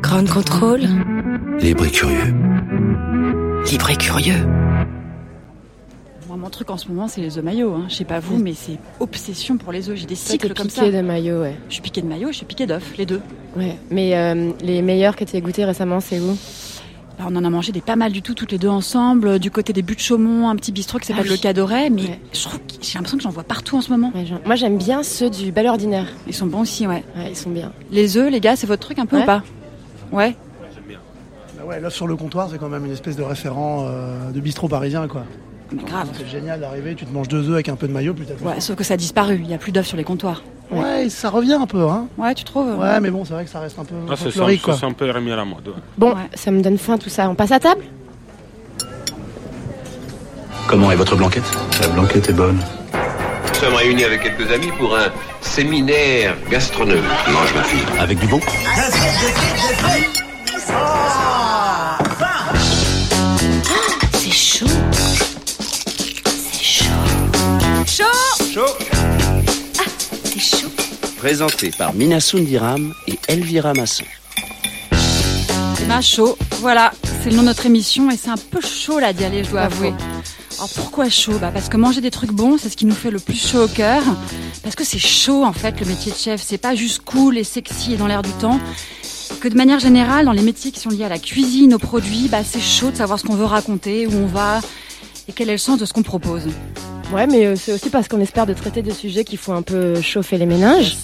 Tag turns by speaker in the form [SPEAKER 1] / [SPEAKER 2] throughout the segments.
[SPEAKER 1] Grand contrôle.
[SPEAKER 2] Libre et curieux.
[SPEAKER 1] Libre et curieux.
[SPEAKER 3] Moi, mon truc en ce moment, c'est les œufs maillots. Hein. Je sais pas vous, mais c'est obsession pour les œufs. J'ai des cycles comme ça.
[SPEAKER 4] piqué de maillot, ouais.
[SPEAKER 3] Je suis piquée de maillot, je suis piquée d'œufs, les deux.
[SPEAKER 4] ouais. Mais euh, les meilleurs que tu as goûté récemment, c'est où
[SPEAKER 3] Alors, Bah, on en a mangé des pas mal du tout, toutes les deux ensemble. Euh, Du côté des buts de Chaumont, un petit bistrot qui s'appelle
[SPEAKER 4] Ah
[SPEAKER 3] le
[SPEAKER 4] oui.
[SPEAKER 3] Cadoret. Mais
[SPEAKER 4] Ouais.
[SPEAKER 3] je trouve que- j'ai l'impression que j'en vois partout en ce moment.
[SPEAKER 4] Ouais, genre- Moi, j'aime bien ceux du bal ordinaire.
[SPEAKER 3] Ils sont bons aussi, ouais.
[SPEAKER 4] Ouais, ils sont bien.
[SPEAKER 3] Les œufs, les gars, c'est votre truc un peu
[SPEAKER 4] Ouais.
[SPEAKER 3] ou pas Ouais.
[SPEAKER 5] Ah ouais, l'œuf sur le comptoir, c'est quand même une espèce de référent euh, de bistrot parisien, quoi.
[SPEAKER 3] Mais grave.
[SPEAKER 5] C'est génial d'arriver, tu te manges deux œufs avec un peu de maillot, puis t'as tout.
[SPEAKER 3] Ouais, sauf que ça a disparu. Il y a plus d'œufs sur les comptoirs.
[SPEAKER 5] Ouais, ça revient un peu, hein.
[SPEAKER 3] Ouais, tu trouves
[SPEAKER 5] Ouais, mais bon, c'est vrai que ça reste un peu
[SPEAKER 6] Ah, c'est ça,
[SPEAKER 5] folklorique, quoi.
[SPEAKER 6] c'est un peu remis à la mode. ouais.
[SPEAKER 4] Bon,
[SPEAKER 3] Ouais.
[SPEAKER 4] ça me donne faim tout ça. On passe à table
[SPEAKER 2] Comment est votre blanquette La blanquette est bonne.
[SPEAKER 7] Nous sommes réunis avec quelques amis pour un séminaire gastronomique. Mange ma fille.
[SPEAKER 2] Avec du bon
[SPEAKER 8] 啊
[SPEAKER 1] C'est chaud. C'est chaud. Chaud Chaud Ah, c'est chaud.
[SPEAKER 2] Présenté par Minasundiram et Elvira Masson.
[SPEAKER 3] C'est ma chaud. Voilà, c'est le nom de notre émission et c'est un peu chaud là d'y aller, je dois
[SPEAKER 4] Pas
[SPEAKER 3] avouer.
[SPEAKER 4] faux.
[SPEAKER 3] Alors pourquoi chaud bah Parce que manger des trucs bons, c'est ce qui nous fait le plus chaud au cœur. Parce que c'est chaud en fait le métier de chef. C'est pas juste cool et sexy et dans l'air du temps. Que de manière générale, dans les métiers qui sont liés à la cuisine, aux produits, bah c'est chaud de savoir ce qu'on veut raconter, où on va et quel est le sens de ce qu'on propose.
[SPEAKER 4] Ouais, mais euh, c'est aussi parce qu'on espère de traiter de sujets qui font un peu chauffer les méninges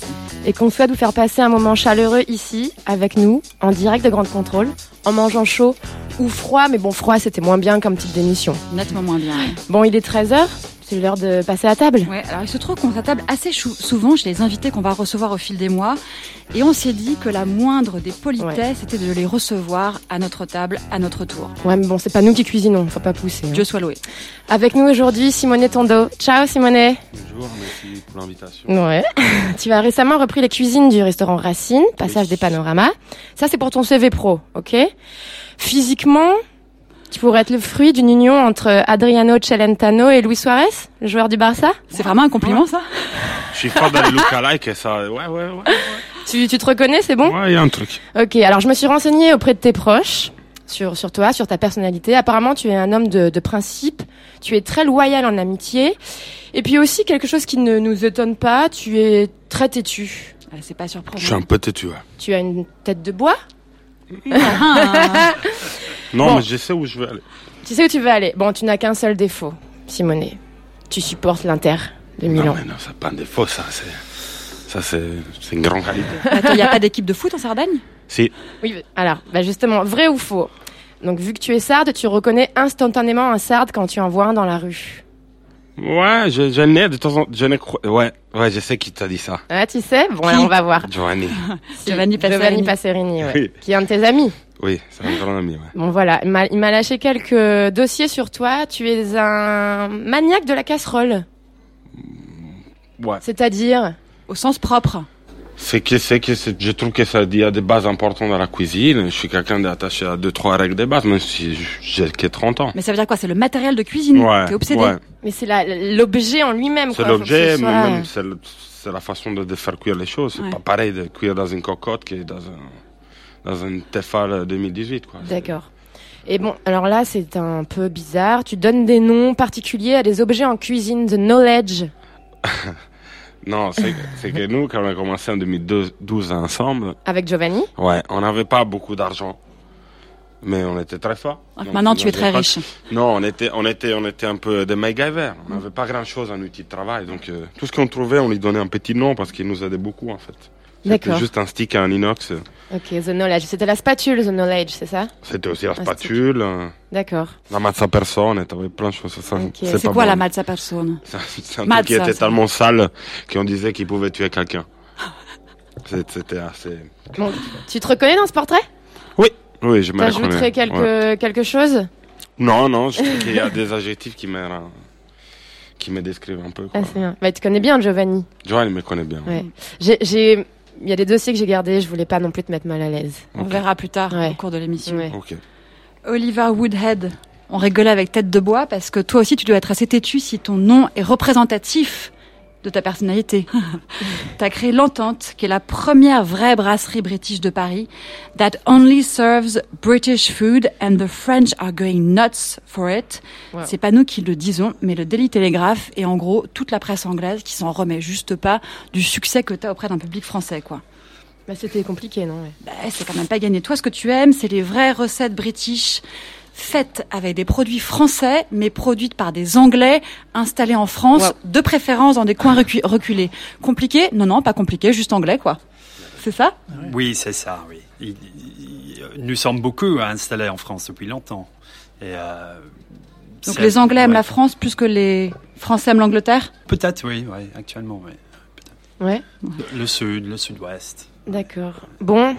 [SPEAKER 4] et qu'on souhaite vous faire passer un moment chaleureux ici, avec nous, en direct de Grande Contrôle, en mangeant chaud ou froid. Mais bon, froid, c'était moins bien comme type d'émission.
[SPEAKER 3] Nettement moins bien. ouais.
[SPEAKER 4] Bon, il est 13h, c'est l'heure de passer à table.
[SPEAKER 3] Ouais, alors il se trouve qu'on s'attable assez chou- souvent chez les invités qu'on va recevoir au fil des mois. Et on s'est dit que la moindre des politesses était de les recevoir à notre table, à notre tour.
[SPEAKER 4] Ouais, mais bon, c'est pas nous qui cuisinons, faut pas pousser. hein.
[SPEAKER 3] Dieu soit loué.
[SPEAKER 4] Avec nous aujourd'hui, Simonet Tondo. Ciao, Simonet.
[SPEAKER 6] Bonjour, merci pour l'invitation.
[SPEAKER 4] Ouais. tu as récemment repris les cuisines du restaurant Racine, passage
[SPEAKER 6] Oui.
[SPEAKER 4] des panoramas. Ça, c'est pour ton CV pro, ok Physiquement, tu pourrais être le fruit d'une union entre Adriano Celentano et Luis Suarez, le joueur du Barça.
[SPEAKER 3] C'est vraiment un compliment ça
[SPEAKER 6] Je suis fan de Luca Like et ça. Ouais, ouais, ouais.
[SPEAKER 4] Tu, tu te reconnais, c'est Ah bon
[SPEAKER 6] Ouais, il y a un truc.
[SPEAKER 4] Ok, alors je me suis renseignée auprès de tes proches. Sur, sur toi, sur ta personnalité. Apparemment, tu es un homme de, de principe, tu es très loyal en amitié. Et puis aussi, quelque chose qui ne nous étonne pas, tu es très têtu.
[SPEAKER 3] Ouais, Ah, C'est pas surprenant.
[SPEAKER 6] Je suis un peu têtu. ouais.
[SPEAKER 4] Tu as une tête de bois,
[SPEAKER 6] Non,
[SPEAKER 3] Ah.
[SPEAKER 4] Bon.
[SPEAKER 6] mais je sais où je veux aller.
[SPEAKER 4] Tu sais où tu veux aller Bon, tu n'as qu'un seul défaut, Simonet. Tu supportes l'Inter de
[SPEAKER 6] Non,
[SPEAKER 4] Milan.
[SPEAKER 6] mais Ah non, c'est pas un défaut, ça. C'est, ça, c'est, c'est une grande qualité.
[SPEAKER 3] Attends, il y a pas d'équipe de foot en Sardaigne
[SPEAKER 6] Si,
[SPEAKER 4] Oui, mais- alors, bah justement, vrai ou faux Donc, vu que tu es sarde, tu reconnais instantanément un sarde quand tu en vois un dans la rue.
[SPEAKER 6] ouais, je, je n'ai de temps en temps. Je n'ai cro- Ouais, ouais, je sais qui t'a dit ça.
[SPEAKER 4] Ah, tu sais Bon, alors, on va voir.
[SPEAKER 6] Giovanni.
[SPEAKER 4] Si,
[SPEAKER 3] Giovanni Passerini.
[SPEAKER 4] Giovanni Passerini, ouais.
[SPEAKER 6] Oui.
[SPEAKER 4] Qui est un de tes amis.
[SPEAKER 6] Oui, c'est un grand ami, ouais.
[SPEAKER 4] Bon, voilà. Il m'a- il m'a lâché quelques dossiers sur toi. Tu es un maniaque de la casserole.
[SPEAKER 6] Mm, Ouais.
[SPEAKER 4] C'est-à-dire
[SPEAKER 3] Au sens propre.
[SPEAKER 6] C'est que, c'est que, c'est- je trouve que ça il y a des bases importantes dans la cuisine. Je suis quelqu'un d'attaché à deux, trois règles de base, même si j'ai que 30 ans.
[SPEAKER 3] Mais ça veut dire quoi C'est le matériel de cuisine T'es obsédé
[SPEAKER 6] ouais.
[SPEAKER 4] Mais c'est la- l'objet en lui-même,
[SPEAKER 6] C'est
[SPEAKER 4] quoi. Faut que
[SPEAKER 6] l'objet,
[SPEAKER 4] ce
[SPEAKER 6] mais
[SPEAKER 4] soit-
[SPEAKER 6] même c'est le- c'est la façon de, de faire cuire les choses. C'est
[SPEAKER 3] Ouais.
[SPEAKER 6] pas pareil de cuire dans une cocotte que dans un dans un Tefal 2018 quoi.
[SPEAKER 4] D'accord. Et bon, alors là, c'est un peu bizarre. Tu donnes des noms particuliers à des objets en cuisine, the knowledge.
[SPEAKER 6] Non, c'est c'est que nous quand on a commencé en 2012 ensemble,
[SPEAKER 4] Avec Giovanni
[SPEAKER 6] ouais, on n'avait pas beaucoup d'argent, mais on était très forts.
[SPEAKER 3] Ah,
[SPEAKER 6] Donc,
[SPEAKER 3] Maintenant,
[SPEAKER 6] on
[SPEAKER 3] tu es
[SPEAKER 6] n'avait
[SPEAKER 3] très
[SPEAKER 6] pas-
[SPEAKER 3] riche.
[SPEAKER 6] Non, on était on était on était un peu des MacGyver. On n'avait pas grand chose en outil de travail, donc euh, tout ce qu'on trouvait, on lui donnait un petit nom parce qu'il nous aidait beaucoup en fait. C'était
[SPEAKER 4] D'accord.
[SPEAKER 6] juste un stick et un inox.
[SPEAKER 4] Ok, the knowledge. C'était la spatule, the knowledge, c'est ça
[SPEAKER 6] C'était aussi la
[SPEAKER 4] stick.
[SPEAKER 6] spatule. euh,
[SPEAKER 4] D'accord.
[SPEAKER 6] La mazza persone, t'avais plein de choses. Ça,
[SPEAKER 4] Ok.
[SPEAKER 3] C'est
[SPEAKER 6] pas
[SPEAKER 3] quoi la
[SPEAKER 6] bon.
[SPEAKER 3] matza personne
[SPEAKER 6] C'est un truc
[SPEAKER 3] Mazza,
[SPEAKER 6] qui était
[SPEAKER 3] ça.
[SPEAKER 6] tellement sale qu'on disait qu'il pouvait tuer quelqu'un. C'est- C'était assez.
[SPEAKER 4] Bon, tu te reconnais dans ce portrait
[SPEAKER 6] Oui, je me
[SPEAKER 4] T'ajouterais
[SPEAKER 6] reconnais.
[SPEAKER 4] quelque,
[SPEAKER 6] Ouais.
[SPEAKER 4] quelque chose
[SPEAKER 6] Non, non, je trouve qu'il y a des adjectifs qui me, ra- qui me décrivent un peu.
[SPEAKER 4] ah,
[SPEAKER 3] Euh.
[SPEAKER 6] Quoi.
[SPEAKER 4] c'est bien. Bah, tu connais bien Giovanni.
[SPEAKER 6] Johan, il me connaît bien.
[SPEAKER 4] Ouais. J'ai- j'ai- Il y a des dossiers que j'ai gardés, je voulais pas non plus te mettre mal à l'aise.
[SPEAKER 3] On verra plus tard
[SPEAKER 4] Ouais.
[SPEAKER 3] au cours de l'émission.
[SPEAKER 4] Ouais.
[SPEAKER 6] Ok.
[SPEAKER 3] Oliver Woodhead, on rigolait avec tête de bois parce que toi aussi tu dois être assez têtu si ton nom est représentatif de ta personnalité. T'as créé l'Entente, qui est la première vraie brasserie british de Paris, that only serves British food and the French are going nuts for it.
[SPEAKER 4] Wow.
[SPEAKER 3] C'est pas nous qui le disons, mais le Daily Telegraph et en gros toute la presse anglaise qui s'en remet juste pas du succès que t'as auprès d'un public français, quoi.
[SPEAKER 4] Bah, C'était compliqué, non ouais.
[SPEAKER 3] Bah, c'est quand même pas gagné. Toi, ce que tu aimes, c'est les vraies recettes british faites avec des produits français, mais produites par des Anglais installés en France,
[SPEAKER 4] Wow.
[SPEAKER 3] de préférence dans des coins recu- reculés. Compliqué Non, non, pas compliqué, juste anglais, quoi. C'est ça
[SPEAKER 9] Oui, c'est ça, oui. Il- il- il- nous sommes beaucoup installés en France depuis longtemps. Et, euh,
[SPEAKER 3] Donc
[SPEAKER 9] c'est-
[SPEAKER 3] les Anglais aiment
[SPEAKER 9] ouais.
[SPEAKER 3] la France plus que les Français aiment l'Angleterre
[SPEAKER 9] Peut-être, oui, oui, actuellement, oui.
[SPEAKER 4] Ouais,
[SPEAKER 9] Le, le sud, le sud-ouest.
[SPEAKER 4] d'accord. Bon,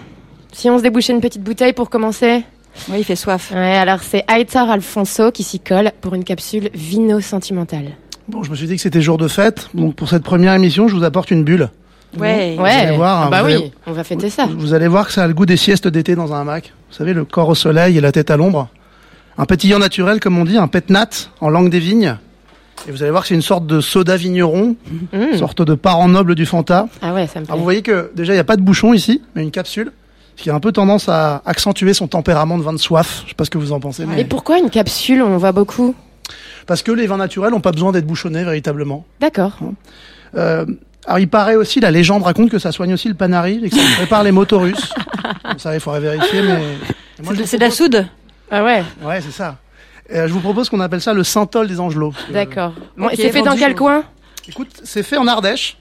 [SPEAKER 4] si on se débouchait une petite bouteille pour commencer
[SPEAKER 3] Oui, il fait soif.
[SPEAKER 4] Ouais, alors c'est Aitar Alfonso qui s'y colle pour une capsule vino sentimentale.
[SPEAKER 5] Bon, je me suis dit que c'était jour de fête, donc pour cette première émission, je vous apporte une bulle.
[SPEAKER 3] Ouais.
[SPEAKER 4] Ouais,
[SPEAKER 5] allez voir,
[SPEAKER 4] ah
[SPEAKER 5] hein,
[SPEAKER 4] bah
[SPEAKER 5] vous
[SPEAKER 4] oui,
[SPEAKER 5] allez-
[SPEAKER 4] on va fêter ça.
[SPEAKER 5] Vous allez voir que ça a le goût des siestes d'été dans un hamac. Vous savez, le corps au soleil et la tête à l'ombre. Un pétillant naturel, comme on dit, un pétnat en langue des vignes. Et vous allez voir que c'est une sorte de soda vigneron,
[SPEAKER 4] Mmh.
[SPEAKER 5] sorte de parent noble du Fanta.
[SPEAKER 4] Ah ouais, ça me plaît.
[SPEAKER 5] Alors vous voyez que déjà, il n'y a pas de bouchon ici, mais une capsule, ce qui a un peu tendance à accentuer son tempérament de vin de soif. Je sais pas ce que vous en pensez, mais...
[SPEAKER 4] Et pourquoi une capsule On voit beaucoup.
[SPEAKER 5] Parce que les vins naturels n'ont pas besoin d'être bouchonnés véritablement.
[SPEAKER 4] D'accord.
[SPEAKER 5] Euh, alors il paraît aussi, la légende raconte que ça soigne aussi le panari et que ça prépare les motos russes. Bon, ça, il faudrait vérifier, mais... mais moi, je vous
[SPEAKER 3] C'est de la
[SPEAKER 5] propose-
[SPEAKER 3] soude
[SPEAKER 4] Ah ouais,
[SPEAKER 5] Ouais, c'est ça. Euh, je vous propose qu'on appelle ça le Saint-Ol des Angelots. Parce que,
[SPEAKER 4] d'accord. Bon,
[SPEAKER 3] Ok,
[SPEAKER 4] et c'est fait dans
[SPEAKER 3] vendu.
[SPEAKER 4] quel coin
[SPEAKER 5] euh, Écoute, c'est fait en Ardèche.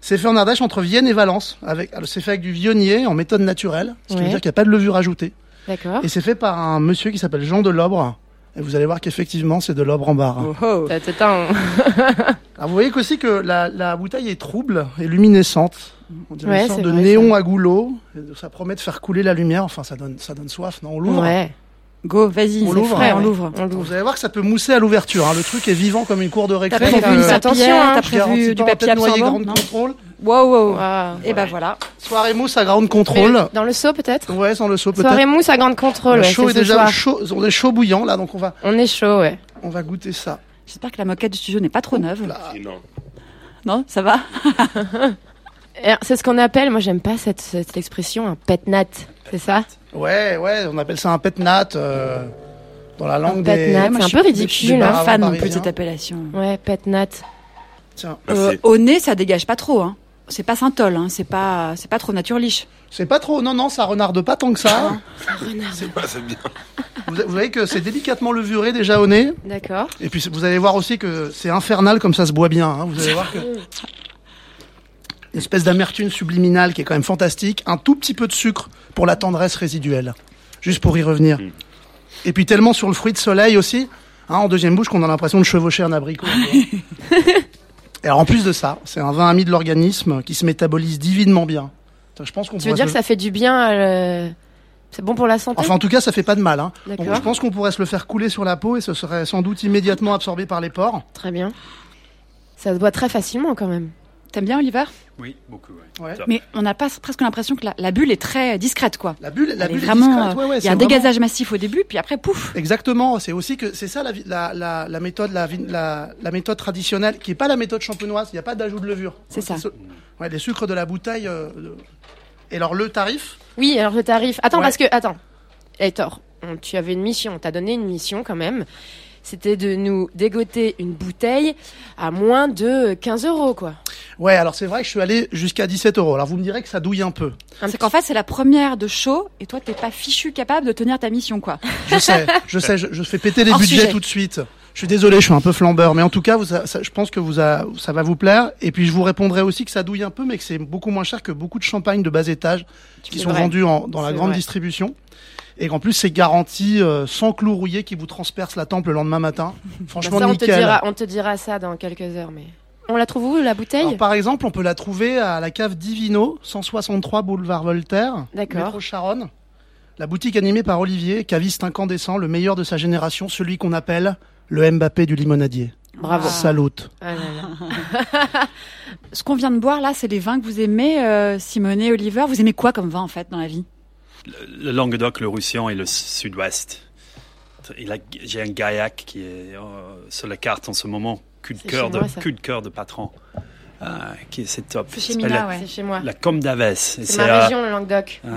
[SPEAKER 5] C'est fait en Ardèche entre Vienne et Valence. Avec, alors, c'est fait avec du vionnier en méthode naturelle, ce qui
[SPEAKER 4] Ouais.
[SPEAKER 5] veut dire qu'il n'y a pas de levure ajoutée.
[SPEAKER 4] D'accord.
[SPEAKER 5] Et c'est fait par un monsieur qui s'appelle Jean Delobre. Et vous allez voir qu'effectivement, c'est de l'obre en barre.
[SPEAKER 3] Oh.
[SPEAKER 4] Ça t'éteint.
[SPEAKER 5] Alors, vous voyez aussi que la, la bouteille est trouble et luminescente. On dirait
[SPEAKER 4] Ouais,
[SPEAKER 5] une sorte
[SPEAKER 4] c'est
[SPEAKER 5] de
[SPEAKER 4] vrai,
[SPEAKER 5] néon à goulot. Et Ça promet de faire couler la lumière. Enfin, ça donne, ça donne soif. Non, on l'ouvre.
[SPEAKER 4] Ouais.
[SPEAKER 3] Go, vas-y,
[SPEAKER 5] On
[SPEAKER 3] c'est
[SPEAKER 5] l'ouvre,
[SPEAKER 3] frais,
[SPEAKER 5] ouais.
[SPEAKER 3] on l'ouvre.
[SPEAKER 4] On
[SPEAKER 5] Vous
[SPEAKER 4] l'ouvre.
[SPEAKER 5] allez voir que ça peut mousser à l'ouverture. hein. Le truc est vivant comme une cour de
[SPEAKER 3] T'as
[SPEAKER 5] récré.
[SPEAKER 4] Après,
[SPEAKER 3] prévu
[SPEAKER 5] donc,
[SPEAKER 4] t'as
[SPEAKER 3] une
[SPEAKER 4] euh, attention,
[SPEAKER 3] serpillière,
[SPEAKER 4] hein,
[SPEAKER 3] t'as
[SPEAKER 5] je garantis
[SPEAKER 3] prévu du
[SPEAKER 5] pas, on va
[SPEAKER 3] papier
[SPEAKER 5] peut-être noyer
[SPEAKER 3] absorbant
[SPEAKER 5] grande
[SPEAKER 3] non
[SPEAKER 5] contrôle.
[SPEAKER 3] Wow, wow.
[SPEAKER 4] Waouh.
[SPEAKER 3] Et ben voilà.
[SPEAKER 5] Soirée mousse à grande contrôle.
[SPEAKER 4] Dans le seau peut-être
[SPEAKER 5] Ouais, sans le seau peut-être.
[SPEAKER 4] Soirée mousse à grande contrôle.
[SPEAKER 5] Le
[SPEAKER 4] ouais,
[SPEAKER 5] chaud
[SPEAKER 4] c'est
[SPEAKER 5] est
[SPEAKER 4] ce
[SPEAKER 5] déjà
[SPEAKER 4] soir.
[SPEAKER 5] chaud. On est chaud bouillant là, donc on va,
[SPEAKER 4] On est chaud, ouais.
[SPEAKER 5] on va goûter ça.
[SPEAKER 3] J'espère que la moquette du studio n'est pas trop neuve.
[SPEAKER 6] Sinon,
[SPEAKER 3] Non, ça va
[SPEAKER 4] Et C'est ce qu'on appelle, moi j'aime pas cette, cette expression, un pet nat, c'est ça
[SPEAKER 5] Ouais, ouais, on appelle ça un pétnat euh, dans la langue
[SPEAKER 4] Un
[SPEAKER 5] des.
[SPEAKER 3] Moi,
[SPEAKER 4] pétnat, c'est
[SPEAKER 3] je
[SPEAKER 4] un
[SPEAKER 3] suis
[SPEAKER 4] peu
[SPEAKER 3] Je suis
[SPEAKER 4] ridicule.
[SPEAKER 5] des-
[SPEAKER 4] hein.
[SPEAKER 3] pas
[SPEAKER 5] Paravent
[SPEAKER 3] fan non plus de
[SPEAKER 5] parisien.
[SPEAKER 3] cette appellation.
[SPEAKER 4] Ouais, pet nat.
[SPEAKER 5] Tiens,
[SPEAKER 3] Euh,
[SPEAKER 6] merci.
[SPEAKER 3] au nez, ça dégage pas trop. Hein. C'est pas Saint-Ol, hein. c'est pas, c'est pas trop Ah. naturliche.
[SPEAKER 5] c'est pas trop. Non, non, ça renarde pas tant que
[SPEAKER 4] Oh,
[SPEAKER 5] ça.
[SPEAKER 6] Bah, c'est bien.
[SPEAKER 5] vous, vous voyez que c'est délicatement levuré déjà au nez.
[SPEAKER 4] D'accord.
[SPEAKER 5] Et puis vous allez voir aussi que c'est infernal comme ça se boit bien. hein. Vous allez voir que. Une espèce d'amertume subliminale qui est quand même fantastique. Un tout petit peu de sucre pour la tendresse résiduelle. Juste pour y revenir. Et puis tellement sur le fruit de soleil aussi. hein, en deuxième bouche qu'on a l'impression de chevaucher un abricot. tu vois. Et alors en plus de ça, c'est un vin ami de l'organisme qui se métabolise divinement bien. Putain, Je pense qu'on
[SPEAKER 4] Tu veux dire que ça fait du bien à le- C'est bon pour la santé
[SPEAKER 5] Enfin, en tout cas, ça fait pas de mal. Hein.
[SPEAKER 4] D'accord.
[SPEAKER 5] Donc, je pense qu'on pourrait se le faire couler sur la peau et ce serait sans doute immédiatement absorbé par les pores.
[SPEAKER 4] Très bien. Ça se boit très facilement quand même.
[SPEAKER 3] T'aimes bien, Oliver
[SPEAKER 9] Oui, beaucoup, oui.
[SPEAKER 5] Ouais.
[SPEAKER 9] Top.
[SPEAKER 3] Mais on a pas, presque l'impression que la, la bulle est très discrète, quoi.
[SPEAKER 5] La bulle, la
[SPEAKER 3] Elle est
[SPEAKER 5] bulle est
[SPEAKER 3] vraiment,
[SPEAKER 5] discrète, ouais, ouais,
[SPEAKER 3] Il y
[SPEAKER 5] c'est
[SPEAKER 3] a un
[SPEAKER 5] vraiment-
[SPEAKER 3] dégazage massif au début, puis après, pouf
[SPEAKER 5] Exactement, c'est aussi que c'est ça la, vi- la, la, la méthode la, vi- la, la méthode traditionnelle qui est pas la méthode champenoise, il n'y a pas d'ajout de levure.
[SPEAKER 3] C'est ça.
[SPEAKER 5] so- ouais, les sucres de la bouteille euh, le- et alors le tarif
[SPEAKER 4] Oui, alors le tarif. Attends,
[SPEAKER 5] Ouais.
[SPEAKER 4] parce que. Attends. Hector, on- tu avais une mission. On t'a donné une mission quand même. C'était de nous dégoter une bouteille à moins de 15 euros, quoi.
[SPEAKER 5] Ouais, alors c'est vrai que je suis allé jusqu'à 17 euros. Alors vous me direz que ça douille un peu.
[SPEAKER 4] Un
[SPEAKER 3] C'est qu'en fait, c'est la première de show, et toi, t'es pas fichu capable de tenir ta mission, quoi.
[SPEAKER 5] Je sais, je sais, je, je fais péter les
[SPEAKER 4] Hors
[SPEAKER 5] budgets
[SPEAKER 4] sujet.
[SPEAKER 5] tout de suite. Je suis désolé, je suis un peu flambeur, mais en tout cas, vous, a- ça- je pense que vous a- ça va vous plaire. Et puis je vous répondrai aussi que ça douille un peu, mais que c'est beaucoup moins cher que beaucoup de champagnes de bas étage qui
[SPEAKER 4] C'est
[SPEAKER 5] sont
[SPEAKER 4] vrai.
[SPEAKER 5] vendus en- dans la
[SPEAKER 4] C'est
[SPEAKER 5] grande
[SPEAKER 4] vrai.
[SPEAKER 5] distribution. Et qu'en plus, c'est garanti euh, sans clous rouillés qui vous transpercent la tempe le lendemain matin.
[SPEAKER 4] Bah
[SPEAKER 5] Franchement,
[SPEAKER 4] ça, on te,
[SPEAKER 5] nickel.
[SPEAKER 4] dira, on te dira ça dans quelques heures, mais. On la trouve où, la bouteille
[SPEAKER 5] Alors, par exemple, on peut la trouver à la cave Divino, 163 boulevard Voltaire,
[SPEAKER 4] D'accord.
[SPEAKER 5] métro Charonne. La boutique animée par Olivier, caviste incandescent, le meilleur de sa génération, celui qu'on appelle le Mbappé du limonadier.
[SPEAKER 4] Bravo.
[SPEAKER 5] Salute.
[SPEAKER 4] Ah là là.
[SPEAKER 3] Ce qu'on vient de boire là, c'est les vins que vous aimez, euh, Simone et Oliver. Vous aimez quoi comme vin en fait dans la vie
[SPEAKER 9] Le Languedoc, le Roussillon et le Sud-Ouest. Et là, J'ai un gaillac qui est euh, sur la carte en ce moment. Cul de
[SPEAKER 4] C'est
[SPEAKER 9] cœur
[SPEAKER 4] chez
[SPEAKER 9] de,
[SPEAKER 4] moi, ça.
[SPEAKER 9] cul de cœur de patron. Ah, qui c'est top.
[SPEAKER 3] C'est chez
[SPEAKER 9] Ça s'appelle
[SPEAKER 3] Mina,
[SPEAKER 9] la,
[SPEAKER 3] ouais.
[SPEAKER 4] C'est chez moi.
[SPEAKER 9] la Comme d'Avès. Et
[SPEAKER 4] C'est
[SPEAKER 9] euh,
[SPEAKER 4] ma région, le Languedoc.
[SPEAKER 9] Ah.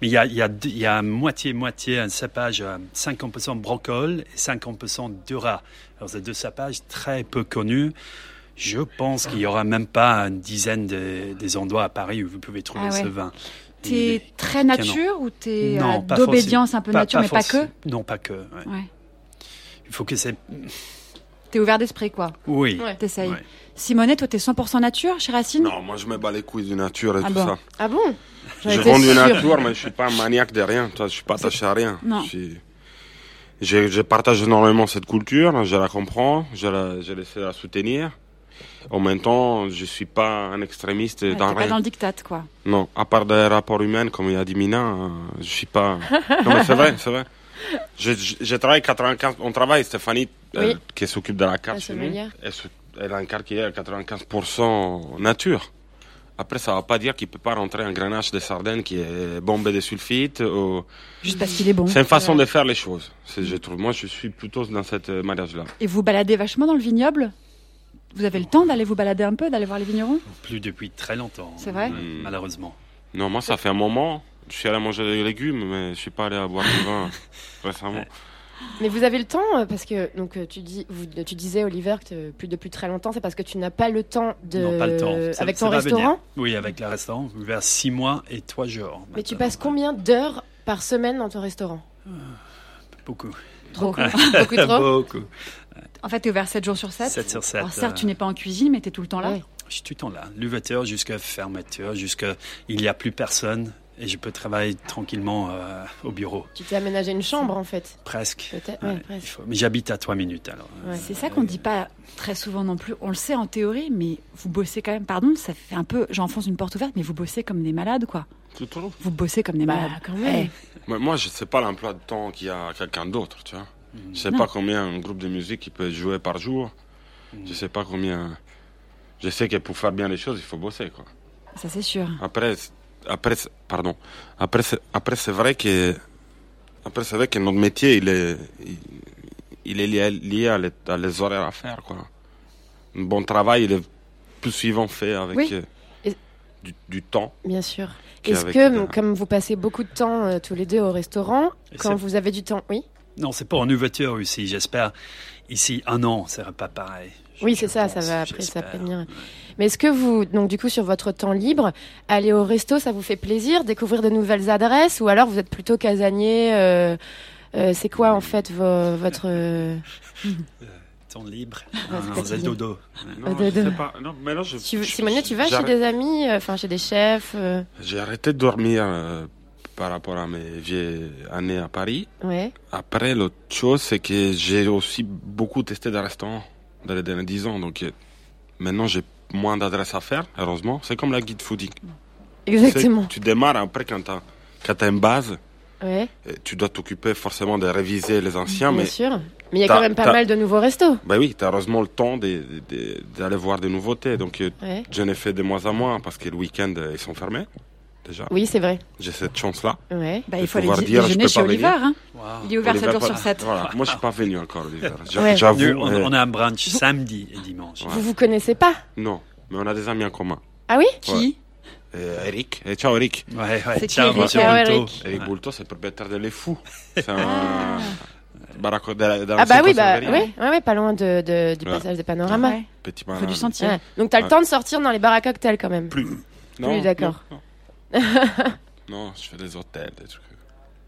[SPEAKER 9] Mais il y a, il y, a, deux- il y a moitié-moitié un cépage euh, 50% brocol et 50% dura. Alors, c'est deux cépages très peu connus. Je pense qu'il n'y aura même pas une dizaine de- des endroits à Paris où vous pouvez trouver
[SPEAKER 3] Ah ouais.
[SPEAKER 9] ce vin.
[SPEAKER 3] T'es
[SPEAKER 9] Il-
[SPEAKER 3] très nature ou t'es
[SPEAKER 9] Non,
[SPEAKER 3] euh,
[SPEAKER 9] pas
[SPEAKER 3] d'obédience un peu nature, mais
[SPEAKER 9] forcément- Non, pas que. ouais.
[SPEAKER 3] pas que Ouais.
[SPEAKER 9] Il faut que c'est.
[SPEAKER 3] T'es ouvert d'esprit quoi.
[SPEAKER 9] Oui.
[SPEAKER 4] Ouais.
[SPEAKER 3] T'essayes.
[SPEAKER 9] Ouais.
[SPEAKER 3] Simonet, toi t'es 100% nature chez Racine
[SPEAKER 6] Non, moi je me bats les couilles du nature et
[SPEAKER 3] Ah
[SPEAKER 6] Bah, tout
[SPEAKER 3] bon.
[SPEAKER 6] ça.
[SPEAKER 4] Ah bon J'en
[SPEAKER 6] Je
[SPEAKER 4] étais
[SPEAKER 6] vends du
[SPEAKER 4] sûre.
[SPEAKER 6] nature, mais je suis pas un maniaque de rien. tu vois, Je suis pas attaché à rien.
[SPEAKER 3] Non.
[SPEAKER 6] Je, suis- je- je partage énormément cette culture. Je la comprends. Je la, je laisse la soutenir. En même temps, je suis pas un extrémiste
[SPEAKER 3] Ouais, T'es
[SPEAKER 6] dans
[SPEAKER 3] pas
[SPEAKER 6] rien.
[SPEAKER 3] dans le diktat quoi.
[SPEAKER 6] Non, à part des rapports humains, comme il y a dit Mina, euh, je suis pas. Non, mais c'est vrai, c'est vrai. Je, je, je travaille 95. On travaille, Stéphanie, elle,
[SPEAKER 4] Oui.
[SPEAKER 6] qui s'occupe de la carte
[SPEAKER 4] La
[SPEAKER 3] Ah,
[SPEAKER 6] chez nous,
[SPEAKER 4] sommelière.
[SPEAKER 6] elle, se- elle a un carte qui est à 95% nature. Après, ça ne va pas dire qu'il ne peut pas rentrer un grenage de sardines qui est bombé de sulfite. ou-
[SPEAKER 3] Juste parce qu'il est bon.
[SPEAKER 6] C'est une façon de faire les choses, c'est- je trouve. Moi, je suis plutôt dans cette euh, mariage-là.
[SPEAKER 3] Et vous baladez vachement dans le vignoble Vous avez le temps d'aller vous balader un peu, d'aller voir les vignerons
[SPEAKER 9] Plus depuis très longtemps.
[SPEAKER 3] C'est vrai
[SPEAKER 9] euh, Malheureusement.
[SPEAKER 6] Hmm. Non, moi, ça fait un moment. Je suis allé manger des légumes, mais je ne suis pas allé à boire du vin récemment.
[SPEAKER 4] Mais vous avez le temps euh, parce que donc euh, tu dis vous- tu disais Oliver que euh, plus depuis très longtemps c'est parce que tu n'as pas le temps de euh,
[SPEAKER 9] Non, pas le temps. Ça-
[SPEAKER 4] avec
[SPEAKER 9] ça
[SPEAKER 4] ton
[SPEAKER 9] va
[SPEAKER 4] restaurant
[SPEAKER 9] venir. Oui, avec le restaurant. Vers 6 mois et 3 jours.
[SPEAKER 4] mais tu
[SPEAKER 9] maintenant.
[SPEAKER 4] passes combien d'heures par semaine dans ton restaurant
[SPEAKER 9] Ah. Beaucoup.
[SPEAKER 3] Trop.
[SPEAKER 4] Beaucoup trop
[SPEAKER 9] Beaucoup.
[SPEAKER 3] En fait, t'es ouvert 7 jours sur 7.
[SPEAKER 9] 7 sur euh. 7.
[SPEAKER 3] Alors certes, tu n'es pas en cuisine, mais t'es tout le temps là.
[SPEAKER 4] Ouais.
[SPEAKER 9] Je suis tout le temps là. L'ouverture jusqu'à fermeture, jusqu'à il n'y a plus personne et je peux travailler tranquillement euh, au bureau.
[SPEAKER 4] Tu t'es aménagé une chambre en fait
[SPEAKER 9] Presque.
[SPEAKER 4] peut-être
[SPEAKER 9] Ouais,
[SPEAKER 4] ouais,
[SPEAKER 9] il
[SPEAKER 4] presque.
[SPEAKER 9] faut- Mais j'habite à 3 minutes alors.
[SPEAKER 4] Ouais.
[SPEAKER 3] C'est ça qu'on ne dit pas très souvent non plus. On le sait en théorie, mais vous bossez quand même. Pardon, ça fait un peu. J'enfonce une porte ouverte, mais vous bossez comme des malades, quoi.
[SPEAKER 6] Tu trouves
[SPEAKER 3] Vous bossez comme des
[SPEAKER 4] Bah,
[SPEAKER 3] malades.
[SPEAKER 4] quand même.
[SPEAKER 6] Mais moi, je sais pas l'emploi de temps qu'il y a à quelqu'un d'autre, tu vois. Je sais
[SPEAKER 3] Non.
[SPEAKER 6] pas combien un groupe de musique qui peut jouer par jour. Je sais pas combien. Je sais que pour faire bien les choses, il faut bosser, quoi.
[SPEAKER 3] Eh, ça, c'est sûr.
[SPEAKER 6] Après, c'est- après, c'est- pardon. Après, c'est- après, c'est vrai que, après, c'est vrai que notre métier, il est, il, il est lié, lié à, les, à les horaires à faire, quoi. Un bon travail, il est plus souvent fait avec
[SPEAKER 3] Oui.
[SPEAKER 6] euh,
[SPEAKER 4] Et-
[SPEAKER 6] du, du temps.
[SPEAKER 4] bien sûr
[SPEAKER 6] Puis
[SPEAKER 4] est-ce
[SPEAKER 6] avec
[SPEAKER 4] que
[SPEAKER 6] de la-
[SPEAKER 4] m- comme vous passez beaucoup de temps euh, tous les deux au restaurant
[SPEAKER 9] Et
[SPEAKER 4] quand
[SPEAKER 9] c'est-
[SPEAKER 4] vous avez du temps oui
[SPEAKER 9] Non, c'est pas en ouverture ici. J'espère ici un an, ça sera pas pareil. Je-
[SPEAKER 4] oui
[SPEAKER 9] je
[SPEAKER 4] c'est ça ça
[SPEAKER 9] pense,
[SPEAKER 4] va après ça
[SPEAKER 9] j'espère.
[SPEAKER 4] peut venir mais est-ce que vous donc du coup sur votre temps libre aller au resto ça vous fait plaisir découvrir de nouvelles adresses ou alors vous êtes plutôt casanier euh, euh, c'est quoi en fait vo- votre euh,
[SPEAKER 9] Temps libre.
[SPEAKER 4] Ouais, c'est
[SPEAKER 9] Non,
[SPEAKER 4] pas
[SPEAKER 9] vous êtes
[SPEAKER 4] fini.
[SPEAKER 9] dodo.
[SPEAKER 6] Non,
[SPEAKER 4] de-
[SPEAKER 6] je
[SPEAKER 4] de-
[SPEAKER 6] sais pas. Non, mais là, je,
[SPEAKER 4] Tu,
[SPEAKER 6] je-
[SPEAKER 4] Simone, tu vas chez
[SPEAKER 6] j'arrête-
[SPEAKER 4] des amis, euh, enfin chez des chefs. euh,
[SPEAKER 6] J'ai arrêté de dormir euh, par rapport à mes vieilles années à Paris.
[SPEAKER 4] ouais.
[SPEAKER 6] Après, l'autre chose, c'est que j'ai aussi beaucoup testé des restaurants dans les derniers 10 ans. Donc euh, maintenant, j'ai moins d'adresses à faire, heureusement. C'est comme la guide foodie.
[SPEAKER 4] Exactement.
[SPEAKER 6] Tu démarres après quand t'as quand t'as une base.
[SPEAKER 4] Ouais,
[SPEAKER 6] euh, Tu dois t'occuper forcément de réviser les anciens,
[SPEAKER 4] bien
[SPEAKER 6] mais
[SPEAKER 4] sûr. Mais il y a
[SPEAKER 6] t'as-
[SPEAKER 4] quand même pas
[SPEAKER 6] t'as-
[SPEAKER 4] mal de nouveaux restos.
[SPEAKER 6] bah oui, t'as heureusement le temps de- de- de- d'aller voir des nouveautés. Donc euh,
[SPEAKER 4] Ouais.
[SPEAKER 6] j'en ai fait de moins en moins parce que le week-end euh, ils sont fermés déjà.
[SPEAKER 4] Oui, c'est vrai.
[SPEAKER 6] J'ai cette chance-là.
[SPEAKER 4] Ouais.
[SPEAKER 3] Bah,
[SPEAKER 6] De
[SPEAKER 3] il faut aller
[SPEAKER 6] pouvoir
[SPEAKER 3] dî-
[SPEAKER 6] dire, Ah. je
[SPEAKER 3] déjeuner
[SPEAKER 6] peux
[SPEAKER 3] chez
[SPEAKER 6] pas
[SPEAKER 3] Oliver.
[SPEAKER 6] venir.
[SPEAKER 3] Hein.
[SPEAKER 9] Wow.
[SPEAKER 3] Il est ouvert
[SPEAKER 6] On les
[SPEAKER 3] 7
[SPEAKER 6] a
[SPEAKER 3] jours
[SPEAKER 6] pas-
[SPEAKER 3] sur 7.
[SPEAKER 6] Voilà. Moi, je suis pas venu encore l'hiver. J'a-
[SPEAKER 4] Ouais.
[SPEAKER 6] J'avoue.
[SPEAKER 9] Nous, on,
[SPEAKER 6] euh,
[SPEAKER 9] on a un brunch samedi et dimanche.
[SPEAKER 6] Ouais.
[SPEAKER 4] Vous vous connaissez pas
[SPEAKER 6] Non, mais on a des amis en commun.
[SPEAKER 4] Ah oui
[SPEAKER 3] Qui
[SPEAKER 6] Ouais. Euh, Eric. Eh, ciao, Eric.
[SPEAKER 9] Ouais, ouais.
[SPEAKER 3] C'est qui,
[SPEAKER 9] Ciao,
[SPEAKER 3] Eric
[SPEAKER 9] monsieur
[SPEAKER 4] Ah ouais,
[SPEAKER 9] Ronto.
[SPEAKER 4] Eric.
[SPEAKER 6] Eric Boulto, c'est propriétaire de Les Fous. C'est un. baraco- de la- de la
[SPEAKER 4] Ah bah oui,
[SPEAKER 6] concentration
[SPEAKER 4] bah
[SPEAKER 6] verrière.
[SPEAKER 4] ouais, ouais, ouais, pas loin de, de- du
[SPEAKER 6] Ouais.
[SPEAKER 4] passage des panoramas.
[SPEAKER 3] Ouais.
[SPEAKER 6] Petit
[SPEAKER 3] Rue du
[SPEAKER 6] malin.
[SPEAKER 3] Sentier.
[SPEAKER 4] Ouais. Donc t'as le
[SPEAKER 6] Ouais.
[SPEAKER 4] temps de sortir dans les bars à cocktails quand même.
[SPEAKER 6] Plus.
[SPEAKER 4] Plus, d'accord.
[SPEAKER 6] Non, non. Non, je fais des hôtels, des trucs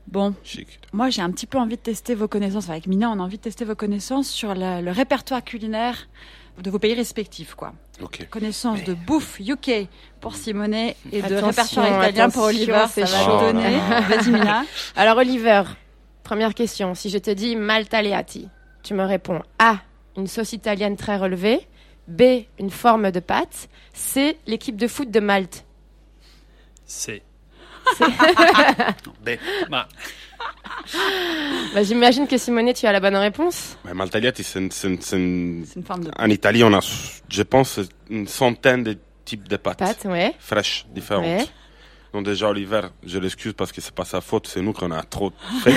[SPEAKER 3] Bon,
[SPEAKER 6] chics.
[SPEAKER 3] moi j'ai un petit peu envie de tester vos connaissances. Enfin, avec Mina, on a envie de tester vos connaissances sur la- le répertoire culinaire de vos pays respectifs, quoi.
[SPEAKER 6] Ok.
[SPEAKER 3] Connaissance de bouffe UK pour Simonet et de
[SPEAKER 4] Attention,
[SPEAKER 3] répertoire italien pour
[SPEAKER 4] attention,
[SPEAKER 3] Oliver.
[SPEAKER 4] c'est
[SPEAKER 3] Ça va
[SPEAKER 6] chaud.
[SPEAKER 3] donner.
[SPEAKER 6] Oh là là.
[SPEAKER 3] Vas-y, Mina.
[SPEAKER 4] Alors Oliver, première question. Si je te dis Maltaliati, tu me réponds A, une sauce italienne très relevée. B, une forme de pâte. C, l'équipe de foot de Malte.
[SPEAKER 9] C'est.
[SPEAKER 4] Bah, J'imagine que Simonet, tu as la bonne réponse.
[SPEAKER 6] Mais Maltagliati, c'est une- c'est une- c'est une-
[SPEAKER 3] C'est une forme de.
[SPEAKER 6] En Italie, on a, je pense, une centaine de types de pâtes.
[SPEAKER 4] Pâte, ouais.
[SPEAKER 6] fraîches, différentes.
[SPEAKER 4] Ouais.
[SPEAKER 6] Donc déjà, Oliver, je l'excuse parce que c'est pas sa faute, c'est nous qu'on a trop fait.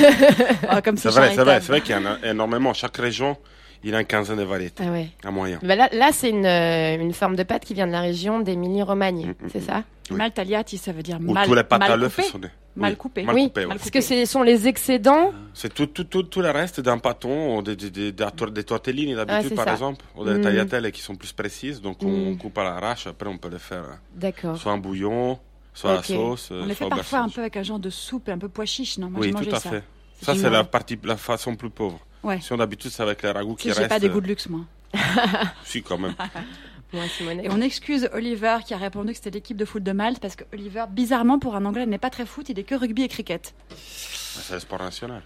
[SPEAKER 3] Ah, comme
[SPEAKER 6] c'est vrai, c'est vrai, c'est vrai qu'il y en a énormément. Chaque région, il a une quinzaine de variétés,
[SPEAKER 4] Ah ouais.
[SPEAKER 6] à moyen.
[SPEAKER 4] Bah, là, là c'est une, euh, une forme de pâte qui vient de la région d'Émilie-Romagne,
[SPEAKER 6] Mm, mm,
[SPEAKER 4] c'est ça
[SPEAKER 6] Oui.
[SPEAKER 3] Maltagliati, ça veut dire
[SPEAKER 6] Où
[SPEAKER 3] mal,
[SPEAKER 6] tous les pâtes à
[SPEAKER 3] mal
[SPEAKER 6] l'œuf
[SPEAKER 3] coupé.
[SPEAKER 6] sont des...
[SPEAKER 3] Mal
[SPEAKER 6] oui,
[SPEAKER 3] coupé.
[SPEAKER 6] Mal
[SPEAKER 4] Oui.
[SPEAKER 6] coupé, ouais.
[SPEAKER 4] Parce que ce sont les excédents.
[SPEAKER 6] C'est tout, tout, tout, tout le reste d'un pâton, ou des, des, des, des tor- des tortellini d'habitude,
[SPEAKER 4] c'est
[SPEAKER 6] par
[SPEAKER 4] ça.
[SPEAKER 6] exemple, ou des
[SPEAKER 4] Mm.
[SPEAKER 6] tagliatelles qui sont plus précises. Donc on
[SPEAKER 4] Mm.
[SPEAKER 6] coupe à l'arrache, après on peut les faire euh,
[SPEAKER 4] D'accord.
[SPEAKER 6] soit en bouillon, soit
[SPEAKER 4] Ok.
[SPEAKER 6] à sauce, euh,
[SPEAKER 3] On les
[SPEAKER 6] soit
[SPEAKER 3] fait
[SPEAKER 6] au
[SPEAKER 3] parfois un
[SPEAKER 6] berceau.
[SPEAKER 3] peu avec un genre de soupe, un peu pois chiche, non Moi, j'ai
[SPEAKER 6] Oui,
[SPEAKER 3] mangé
[SPEAKER 6] tout à
[SPEAKER 3] ça.
[SPEAKER 6] fait. Ça, c'est
[SPEAKER 3] génial.
[SPEAKER 6] la partie, la façon plus pauvre.
[SPEAKER 3] Ouais.
[SPEAKER 6] Si on d'habitude, c'est avec les ragoûts qui
[SPEAKER 3] Si,
[SPEAKER 6] restent.
[SPEAKER 3] J'ai pas des goûts de luxe, moi.
[SPEAKER 6] euh, Si, quand même. Ah.
[SPEAKER 4] Moi, Simonet.
[SPEAKER 3] Et on excuse Oliver qui a répondu que c'était l'équipe de foot de Malte parce que Oliver, bizarrement pour un Anglais, n'est pas très foot, il est que rugby et cricket.
[SPEAKER 6] C'est le sport national.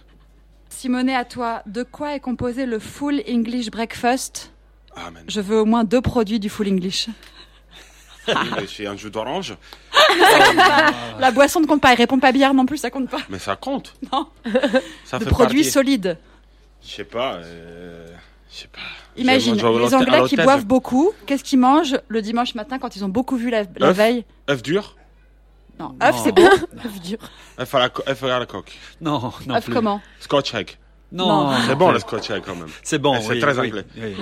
[SPEAKER 3] Simonet, à toi, de quoi est composé le Full English Breakfast
[SPEAKER 6] Amen.
[SPEAKER 3] Je veux au moins deux produits du Full English.
[SPEAKER 6] C'est un jus d'orange, Ah,
[SPEAKER 3] La boisson ne compte pas, il répond pas bière non plus, ça compte pas.
[SPEAKER 6] mais ça compte.
[SPEAKER 3] Non.
[SPEAKER 6] Ça
[SPEAKER 3] de
[SPEAKER 6] fait
[SPEAKER 3] produits
[SPEAKER 6] partie.
[SPEAKER 3] solides.
[SPEAKER 6] Je sais pas. euh, Je sais pas.
[SPEAKER 3] Imagine,
[SPEAKER 6] Je mange au-
[SPEAKER 3] les
[SPEAKER 6] à
[SPEAKER 3] Anglais qui
[SPEAKER 6] l'hôtel,
[SPEAKER 3] boivent beaucoup, qu'est-ce qu'ils mangent le dimanche matin quand ils ont beaucoup vu la, la
[SPEAKER 6] Œuf.
[SPEAKER 3] veille
[SPEAKER 6] œuf dur,
[SPEAKER 3] Non, œuf,
[SPEAKER 9] Non.
[SPEAKER 3] c'est bon.
[SPEAKER 6] œuf à la, co- œuf à la coque.
[SPEAKER 9] Non, non.
[SPEAKER 3] œuf
[SPEAKER 9] plus.
[SPEAKER 3] comment
[SPEAKER 6] Scotch egg.
[SPEAKER 9] Non.
[SPEAKER 3] Non.
[SPEAKER 6] C'est bon le scotch egg quand même.
[SPEAKER 9] C'est bon.
[SPEAKER 6] Eh, c'est
[SPEAKER 9] oui,
[SPEAKER 6] très
[SPEAKER 9] oui,
[SPEAKER 6] anglais.
[SPEAKER 9] oui.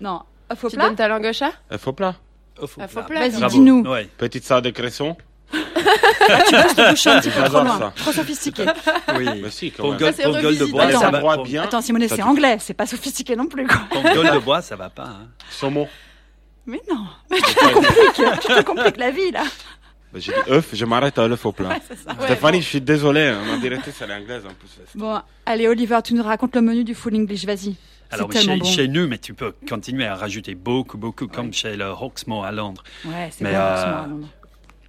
[SPEAKER 3] Non, œuf au
[SPEAKER 4] Tu
[SPEAKER 3] plat
[SPEAKER 4] donnes ta langue au chat
[SPEAKER 6] Œuf au plat.
[SPEAKER 9] Au faux
[SPEAKER 4] Ah, faut
[SPEAKER 9] plat.
[SPEAKER 4] plat.
[SPEAKER 3] Vas-y,
[SPEAKER 9] Bravo.
[SPEAKER 3] dis-nous.
[SPEAKER 9] Ouais.
[SPEAKER 6] Petite salade de cresson.
[SPEAKER 3] te touche un petit peu trop
[SPEAKER 6] J'adore
[SPEAKER 3] loin,
[SPEAKER 6] ça.
[SPEAKER 3] trop sophistiqué.
[SPEAKER 9] Oui.
[SPEAKER 6] Mais si, quand
[SPEAKER 9] Pour
[SPEAKER 6] même.
[SPEAKER 9] gueule,
[SPEAKER 4] c'est
[SPEAKER 9] pour gueule de
[SPEAKER 4] revisité.
[SPEAKER 9] bois,
[SPEAKER 3] Attends.
[SPEAKER 9] ça va.
[SPEAKER 6] Broie
[SPEAKER 9] pour-
[SPEAKER 6] bien.
[SPEAKER 3] Attends, Simonet,
[SPEAKER 6] Ça
[SPEAKER 3] c'est
[SPEAKER 6] touche.
[SPEAKER 3] anglais, c'est pas sophistiqué non plus, quoi.
[SPEAKER 9] Pour gueule de bois, ça va pas. hein.
[SPEAKER 6] Saumon.
[SPEAKER 3] Mais non, mais tu te compliques, tu te compliques la vie là.
[SPEAKER 6] Ben, J'ai dit œuf, je m'arrête à l'œuf au plat. Stéphanie, je suis désolé, hein, ma directrice elle est anglaise en plus.
[SPEAKER 3] Bon, allez Oliver, tu nous racontes le menu du full English, vas-y. C'est
[SPEAKER 9] Alors
[SPEAKER 3] tellement
[SPEAKER 9] chez,
[SPEAKER 3] bon.
[SPEAKER 9] chez nous, mais tu peux continuer à rajouter beaucoup, beaucoup, comme chez le Roxmo à Londres.
[SPEAKER 3] Ouais, c'est
[SPEAKER 9] Mais,
[SPEAKER 3] bon,
[SPEAKER 9] euh,
[SPEAKER 3] doucement, allons.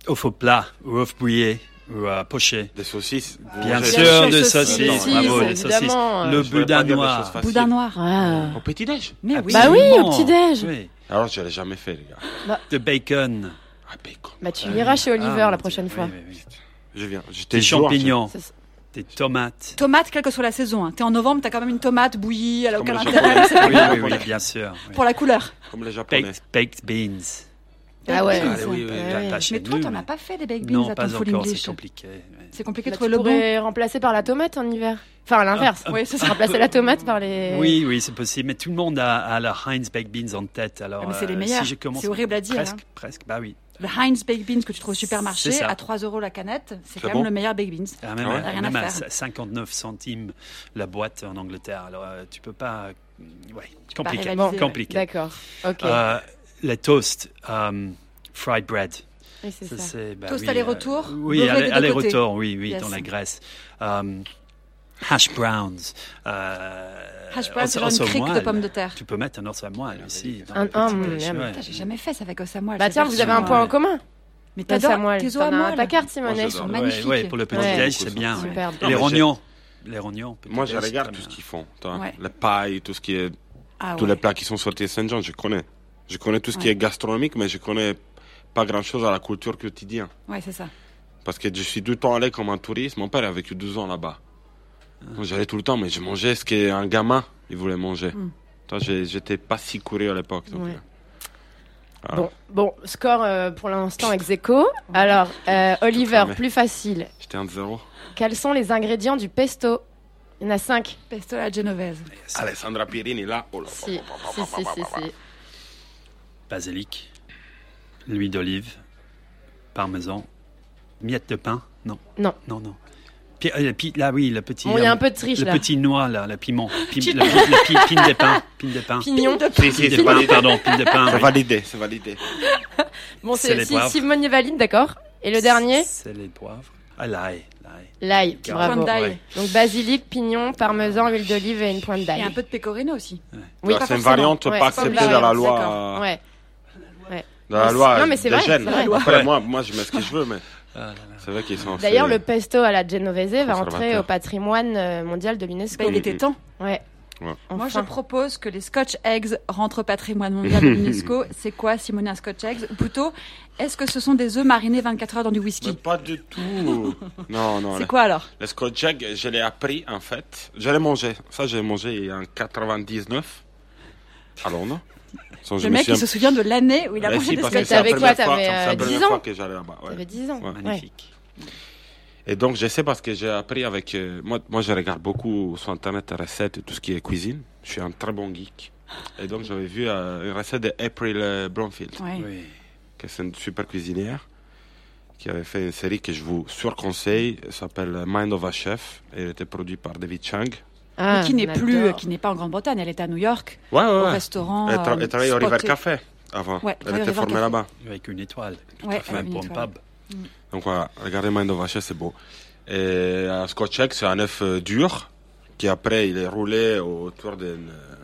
[SPEAKER 9] Au faux plat, ou œuf bouillé, ou à poché.
[SPEAKER 6] Des saucisses. vous
[SPEAKER 9] Bien
[SPEAKER 6] mangez-
[SPEAKER 4] Bien
[SPEAKER 9] sûr, euh,
[SPEAKER 4] sûr,
[SPEAKER 9] des
[SPEAKER 4] les
[SPEAKER 9] saucisses.
[SPEAKER 4] saucisses,
[SPEAKER 9] Bravo, les saucisses.
[SPEAKER 4] évidemment.
[SPEAKER 9] Le
[SPEAKER 6] Je voulais pas dire
[SPEAKER 9] boudin
[SPEAKER 6] des choses
[SPEAKER 9] noir.
[SPEAKER 6] faciles.
[SPEAKER 3] Boudin noir.
[SPEAKER 6] Au petit déj.
[SPEAKER 3] Mais oui.
[SPEAKER 4] Bah oui,
[SPEAKER 9] Absolument.
[SPEAKER 4] au petit-déj.
[SPEAKER 9] Oui.
[SPEAKER 6] Alors je l'ai jamais fait les gars.
[SPEAKER 3] Bah.
[SPEAKER 9] De bacon.
[SPEAKER 6] Ah bacon.
[SPEAKER 4] Bah, tu iras chez Oliver
[SPEAKER 9] Ah,
[SPEAKER 4] la prochaine
[SPEAKER 9] oui,
[SPEAKER 4] fois.
[SPEAKER 9] oui, oui.
[SPEAKER 6] Je viens. J'étais
[SPEAKER 9] Des
[SPEAKER 6] joueur, je-
[SPEAKER 9] champignons,
[SPEAKER 4] Ça, c'est-
[SPEAKER 9] des tomates.
[SPEAKER 3] Ah. Tomate, quelle que soit la saison. Hein. T'es en novembre, t'as quand même une tomate bouillie, elle a
[SPEAKER 6] Comme
[SPEAKER 3] aucun
[SPEAKER 6] les
[SPEAKER 3] intérêt
[SPEAKER 6] Japonais.
[SPEAKER 9] Oui, oui,
[SPEAKER 6] Japonais.
[SPEAKER 9] oui, bien sûr. oui.
[SPEAKER 3] pour la couleur.
[SPEAKER 6] Comme les japonais.
[SPEAKER 9] Baked, baked beans.
[SPEAKER 4] Ah ouais.
[SPEAKER 9] Ah, oui, oui,
[SPEAKER 4] Ouais,
[SPEAKER 9] pas-
[SPEAKER 4] ouais.
[SPEAKER 9] pas chez
[SPEAKER 3] Mais toi,
[SPEAKER 9] nous,
[SPEAKER 3] t'en
[SPEAKER 9] mais-
[SPEAKER 3] as pas fait des baked beans
[SPEAKER 9] Non,
[SPEAKER 3] à ton
[SPEAKER 9] pas
[SPEAKER 3] full
[SPEAKER 9] encore,
[SPEAKER 3] English.
[SPEAKER 9] c'est compliqué. ouais.
[SPEAKER 3] C'est compliqué de
[SPEAKER 4] Bah,
[SPEAKER 3] trouver
[SPEAKER 4] tu
[SPEAKER 3] le bon.
[SPEAKER 4] pourrais remplacer par la tomate en hiver. Enfin,
[SPEAKER 6] Ah.
[SPEAKER 4] à l'inverse. Oui, ça remplacer la tomate par les.
[SPEAKER 9] Oui, oui, c'est possible. Mais tout le monde a, a la Heinz Baked Beans en tête. Alors,
[SPEAKER 3] Ah, mais c'est les
[SPEAKER 9] euh,
[SPEAKER 3] meilleurs.
[SPEAKER 9] Si je commence
[SPEAKER 3] C'est horrible à dire,
[SPEAKER 9] Presque,
[SPEAKER 3] hein.
[SPEAKER 9] presque. Bah oui.
[SPEAKER 3] Le Heinz Baked Beans que tu trouves au
[SPEAKER 9] C'est
[SPEAKER 3] supermarché
[SPEAKER 9] ça.
[SPEAKER 3] à 3 euros la canette, c'est quand
[SPEAKER 6] bon
[SPEAKER 3] même le meilleur Baked Beans.
[SPEAKER 9] Ah, même
[SPEAKER 6] Ah ouais.
[SPEAKER 9] à,
[SPEAKER 3] Rien
[SPEAKER 9] même
[SPEAKER 3] à
[SPEAKER 9] à
[SPEAKER 3] faire.
[SPEAKER 9] 59 centimes la boîte en Angleterre. Alors, euh, tu peux pas. Ouais, c'est
[SPEAKER 3] pas
[SPEAKER 9] compliqué.
[SPEAKER 3] rivaliser, ouais.
[SPEAKER 9] compliqué.
[SPEAKER 4] D'accord. Ok.
[SPEAKER 9] Euh, les toasts, euh, fried bread.
[SPEAKER 4] oui, c'est
[SPEAKER 9] Ça,
[SPEAKER 4] ça.
[SPEAKER 9] c'est- bah
[SPEAKER 3] Toast
[SPEAKER 9] oui,
[SPEAKER 3] aller-retour,
[SPEAKER 9] euh,
[SPEAKER 3] beurré
[SPEAKER 9] oui,
[SPEAKER 3] des
[SPEAKER 9] aller-
[SPEAKER 3] deux
[SPEAKER 9] aller-retour, oui, oui,
[SPEAKER 3] Yes.
[SPEAKER 9] dans la Grèce. Euh, hash browns. euh,
[SPEAKER 3] Hash browns, c'est
[SPEAKER 9] os-
[SPEAKER 3] genre
[SPEAKER 9] os
[SPEAKER 3] une
[SPEAKER 9] au
[SPEAKER 3] crique de
[SPEAKER 9] moelle.
[SPEAKER 3] pommes de terre. mm,
[SPEAKER 9] Tu peux mettre un os à moelle aussi. dans
[SPEAKER 4] Un-
[SPEAKER 9] le petit
[SPEAKER 4] un, mon
[SPEAKER 9] déj,
[SPEAKER 4] ami.
[SPEAKER 9] ouais.
[SPEAKER 3] Putain, j'ai jamais fait ça avec os à moelle.
[SPEAKER 4] Bah,
[SPEAKER 3] c'est
[SPEAKER 4] tiens, vous avez un
[SPEAKER 3] version,
[SPEAKER 4] point
[SPEAKER 3] euh,
[SPEAKER 4] en commun.
[SPEAKER 3] Mais t'adores
[SPEAKER 4] T'as moelle.
[SPEAKER 3] tes os
[SPEAKER 4] T'en
[SPEAKER 3] à
[SPEAKER 4] as un
[SPEAKER 3] moelle.
[SPEAKER 4] paquard,
[SPEAKER 6] Moi,
[SPEAKER 4] Simonet.
[SPEAKER 6] j'adore.
[SPEAKER 3] sont
[SPEAKER 9] Ouais,
[SPEAKER 3] magnifiques.
[SPEAKER 9] ouais, pour le petit
[SPEAKER 4] Ouais.
[SPEAKER 9] déj, c'est bien. ouais.
[SPEAKER 4] Superbe.
[SPEAKER 9] Et Les
[SPEAKER 6] Non, mais
[SPEAKER 9] rognons. Les rognons. petit
[SPEAKER 6] Moi, je
[SPEAKER 9] déj,
[SPEAKER 6] regarde
[SPEAKER 9] c'est
[SPEAKER 6] tout ce
[SPEAKER 9] bien.
[SPEAKER 6] qu'ils font. toi.
[SPEAKER 3] Ouais.
[SPEAKER 6] Les pailles, tout ce qui est,
[SPEAKER 3] Ah
[SPEAKER 6] tous
[SPEAKER 3] ouais.
[SPEAKER 6] les plats qui sont sortis de Saint-Jean, je connais. Je connais tout ce qui
[SPEAKER 3] Ouais.
[SPEAKER 6] est gastronomique, mais je connais pas grand-chose à la culture quotidienne.
[SPEAKER 3] Ouais, c'est ça.
[SPEAKER 6] Parce que je suis tout le temps allé comme un touriste. Mon père a vécu 12 ans là-bas. Donc, J'allais tout le temps, mais je mangeais ce qu'un gamin il voulait manger.
[SPEAKER 3] Mm.
[SPEAKER 6] Toi, j'ai- j'étais pas si couru à l'époque. donc,
[SPEAKER 4] Ouais.
[SPEAKER 6] voilà.
[SPEAKER 4] Bon, bon, score euh, pour l'instant ex aequo. Alors, euh, Oliver,
[SPEAKER 6] cramé.
[SPEAKER 4] plus facile.
[SPEAKER 6] J'étais un zéro.
[SPEAKER 4] Quels sont les ingrédients du pesto Il y en a cinq.
[SPEAKER 3] Pesto à la genovese.
[SPEAKER 6] Alessandra Pierini, là. Oh là.
[SPEAKER 4] Si, si, si, si, si.
[SPEAKER 9] Basilic. L'huile d'olive. Parmesan. Miette de pain. Non.
[SPEAKER 4] Non.
[SPEAKER 9] Non, non. Pi- euh, pi- là, oui, le petit.
[SPEAKER 3] Oh,
[SPEAKER 4] Bon, il y a
[SPEAKER 9] euh,
[SPEAKER 4] un peu de triche,
[SPEAKER 9] Le
[SPEAKER 4] là.
[SPEAKER 9] petit noix, là, le piment. Pim- le, le pi- pine des pains. Pine des pains.
[SPEAKER 4] Pignon.
[SPEAKER 6] Si, si,
[SPEAKER 9] Pine
[SPEAKER 6] c'est
[SPEAKER 9] des pains,
[SPEAKER 6] validé.
[SPEAKER 9] pardon. Pine des pains.
[SPEAKER 6] C'est
[SPEAKER 9] oui.
[SPEAKER 6] validé, c'est validé.
[SPEAKER 4] Bon,
[SPEAKER 9] C'est
[SPEAKER 4] c'est
[SPEAKER 9] les
[SPEAKER 4] si,
[SPEAKER 9] poivres.
[SPEAKER 4] Simone est valide, d'accord. Et le dernier
[SPEAKER 9] C'est les poivres. Ah, l'ail. L'ail.
[SPEAKER 4] L'ail.
[SPEAKER 9] Garde.
[SPEAKER 4] Bravo.
[SPEAKER 3] Pointe d'ail.
[SPEAKER 9] ouais.
[SPEAKER 4] Donc, basilic, pignon, parmesan, huile d'olive et une pointe
[SPEAKER 3] Et
[SPEAKER 4] d'ail.
[SPEAKER 3] un peu de pecorino aussi.
[SPEAKER 4] Oui,
[SPEAKER 6] Là,
[SPEAKER 3] pas
[SPEAKER 6] c'est
[SPEAKER 3] forcément.
[SPEAKER 6] une variante
[SPEAKER 4] Ouais,
[SPEAKER 6] pas
[SPEAKER 4] c'est pas une
[SPEAKER 6] acceptée dans la
[SPEAKER 4] variante,
[SPEAKER 6] loi. euh,
[SPEAKER 4] Ouais.
[SPEAKER 6] Dans la
[SPEAKER 4] Mais
[SPEAKER 6] loi.
[SPEAKER 4] c'est- non, mais c'est
[SPEAKER 6] des
[SPEAKER 4] vrai,
[SPEAKER 6] gènes.
[SPEAKER 4] c'est vrai.
[SPEAKER 6] Après,
[SPEAKER 9] Ouais.
[SPEAKER 6] moi, moi, je mets ce que je veux, mais
[SPEAKER 9] Ah, là, là.
[SPEAKER 6] c'est vrai qu'ils sont.
[SPEAKER 4] D'ailleurs,
[SPEAKER 6] assez-
[SPEAKER 4] le pesto à la genovese va entrer
[SPEAKER 6] Conservateur.
[SPEAKER 4] au patrimoine euh, mondial de l'UNESCO.
[SPEAKER 3] Bah, il était temps.
[SPEAKER 4] Ouais.
[SPEAKER 6] Ouais.
[SPEAKER 3] Moi, je
[SPEAKER 4] Enfin.
[SPEAKER 3] propose que les Scotch Eggs rentrent au patrimoine mondial de l'UNESCO. C'est quoi, Simone, un Scotch Eggs Ou plutôt, est-ce que ce sont des œufs marinés 24 heures dans du
[SPEAKER 6] Mais
[SPEAKER 3] whisky
[SPEAKER 6] pas du tout. non, non.
[SPEAKER 3] C'est
[SPEAKER 6] les-
[SPEAKER 3] quoi alors
[SPEAKER 6] Les Scotch Eggs, je l'ai appris en fait. Je l'ai mangé. Ça, j'ai mangé en 99 à Londres. Sans
[SPEAKER 3] Le mec, il se souvient de l'année où il a
[SPEAKER 6] Eh
[SPEAKER 3] mangé
[SPEAKER 6] si,
[SPEAKER 3] des Scotch
[SPEAKER 6] parce que
[SPEAKER 3] Eggs.
[SPEAKER 6] c'est la
[SPEAKER 4] T'avais
[SPEAKER 6] première
[SPEAKER 4] quoi,
[SPEAKER 6] fois-
[SPEAKER 4] t'avais,
[SPEAKER 6] c'est la
[SPEAKER 4] euh,
[SPEAKER 6] première
[SPEAKER 4] 10 ans
[SPEAKER 6] fois que j'allais là-bas. ouais.
[SPEAKER 4] T'avais 10 ans.
[SPEAKER 6] Ouais.
[SPEAKER 4] Ouais.
[SPEAKER 9] Magnifique.
[SPEAKER 6] Et donc, je sais parce que j'ai appris avec. euh, moi, moi, je regarde beaucoup sur Internet les recettes et tout ce qui est cuisine. Je suis un très bon geek. Et donc, j'avais vu euh, une recette d'April euh, Bromfield,
[SPEAKER 3] Ouais.
[SPEAKER 9] Oui.
[SPEAKER 6] qui est une super cuisinière, qui avait fait une série que je vous surconseille. Elle s'appelle Mind of a Chef. Et elle était produite par David Chang.
[SPEAKER 4] Ah,
[SPEAKER 3] Et qui n'est
[SPEAKER 4] on
[SPEAKER 3] plus, euh,
[SPEAKER 4] adore.
[SPEAKER 3] qui n'est pas en Grande-Bretagne, elle est à New York,
[SPEAKER 6] Ouais, ouais,
[SPEAKER 3] au
[SPEAKER 6] ouais.
[SPEAKER 3] restaurant.
[SPEAKER 6] Elle, tra-
[SPEAKER 3] euh,
[SPEAKER 6] elle travaillait au River
[SPEAKER 3] spotté.
[SPEAKER 6] Café avant.
[SPEAKER 3] Ouais, travaillait
[SPEAKER 6] elle
[SPEAKER 3] au
[SPEAKER 6] était
[SPEAKER 3] River
[SPEAKER 6] formée
[SPEAKER 3] Café.
[SPEAKER 6] là-bas.
[SPEAKER 9] Avec une étoile. Tout
[SPEAKER 3] Ouais,
[SPEAKER 9] à fait.
[SPEAKER 3] avec une
[SPEAKER 9] Pour un
[SPEAKER 3] étoile.
[SPEAKER 9] pub.
[SPEAKER 6] Donc voilà, regardez Mind of Ashes, c'est beau. Et un Scotch egg, c'est un œuf euh, dur qui après il est roulé autour d'une euh,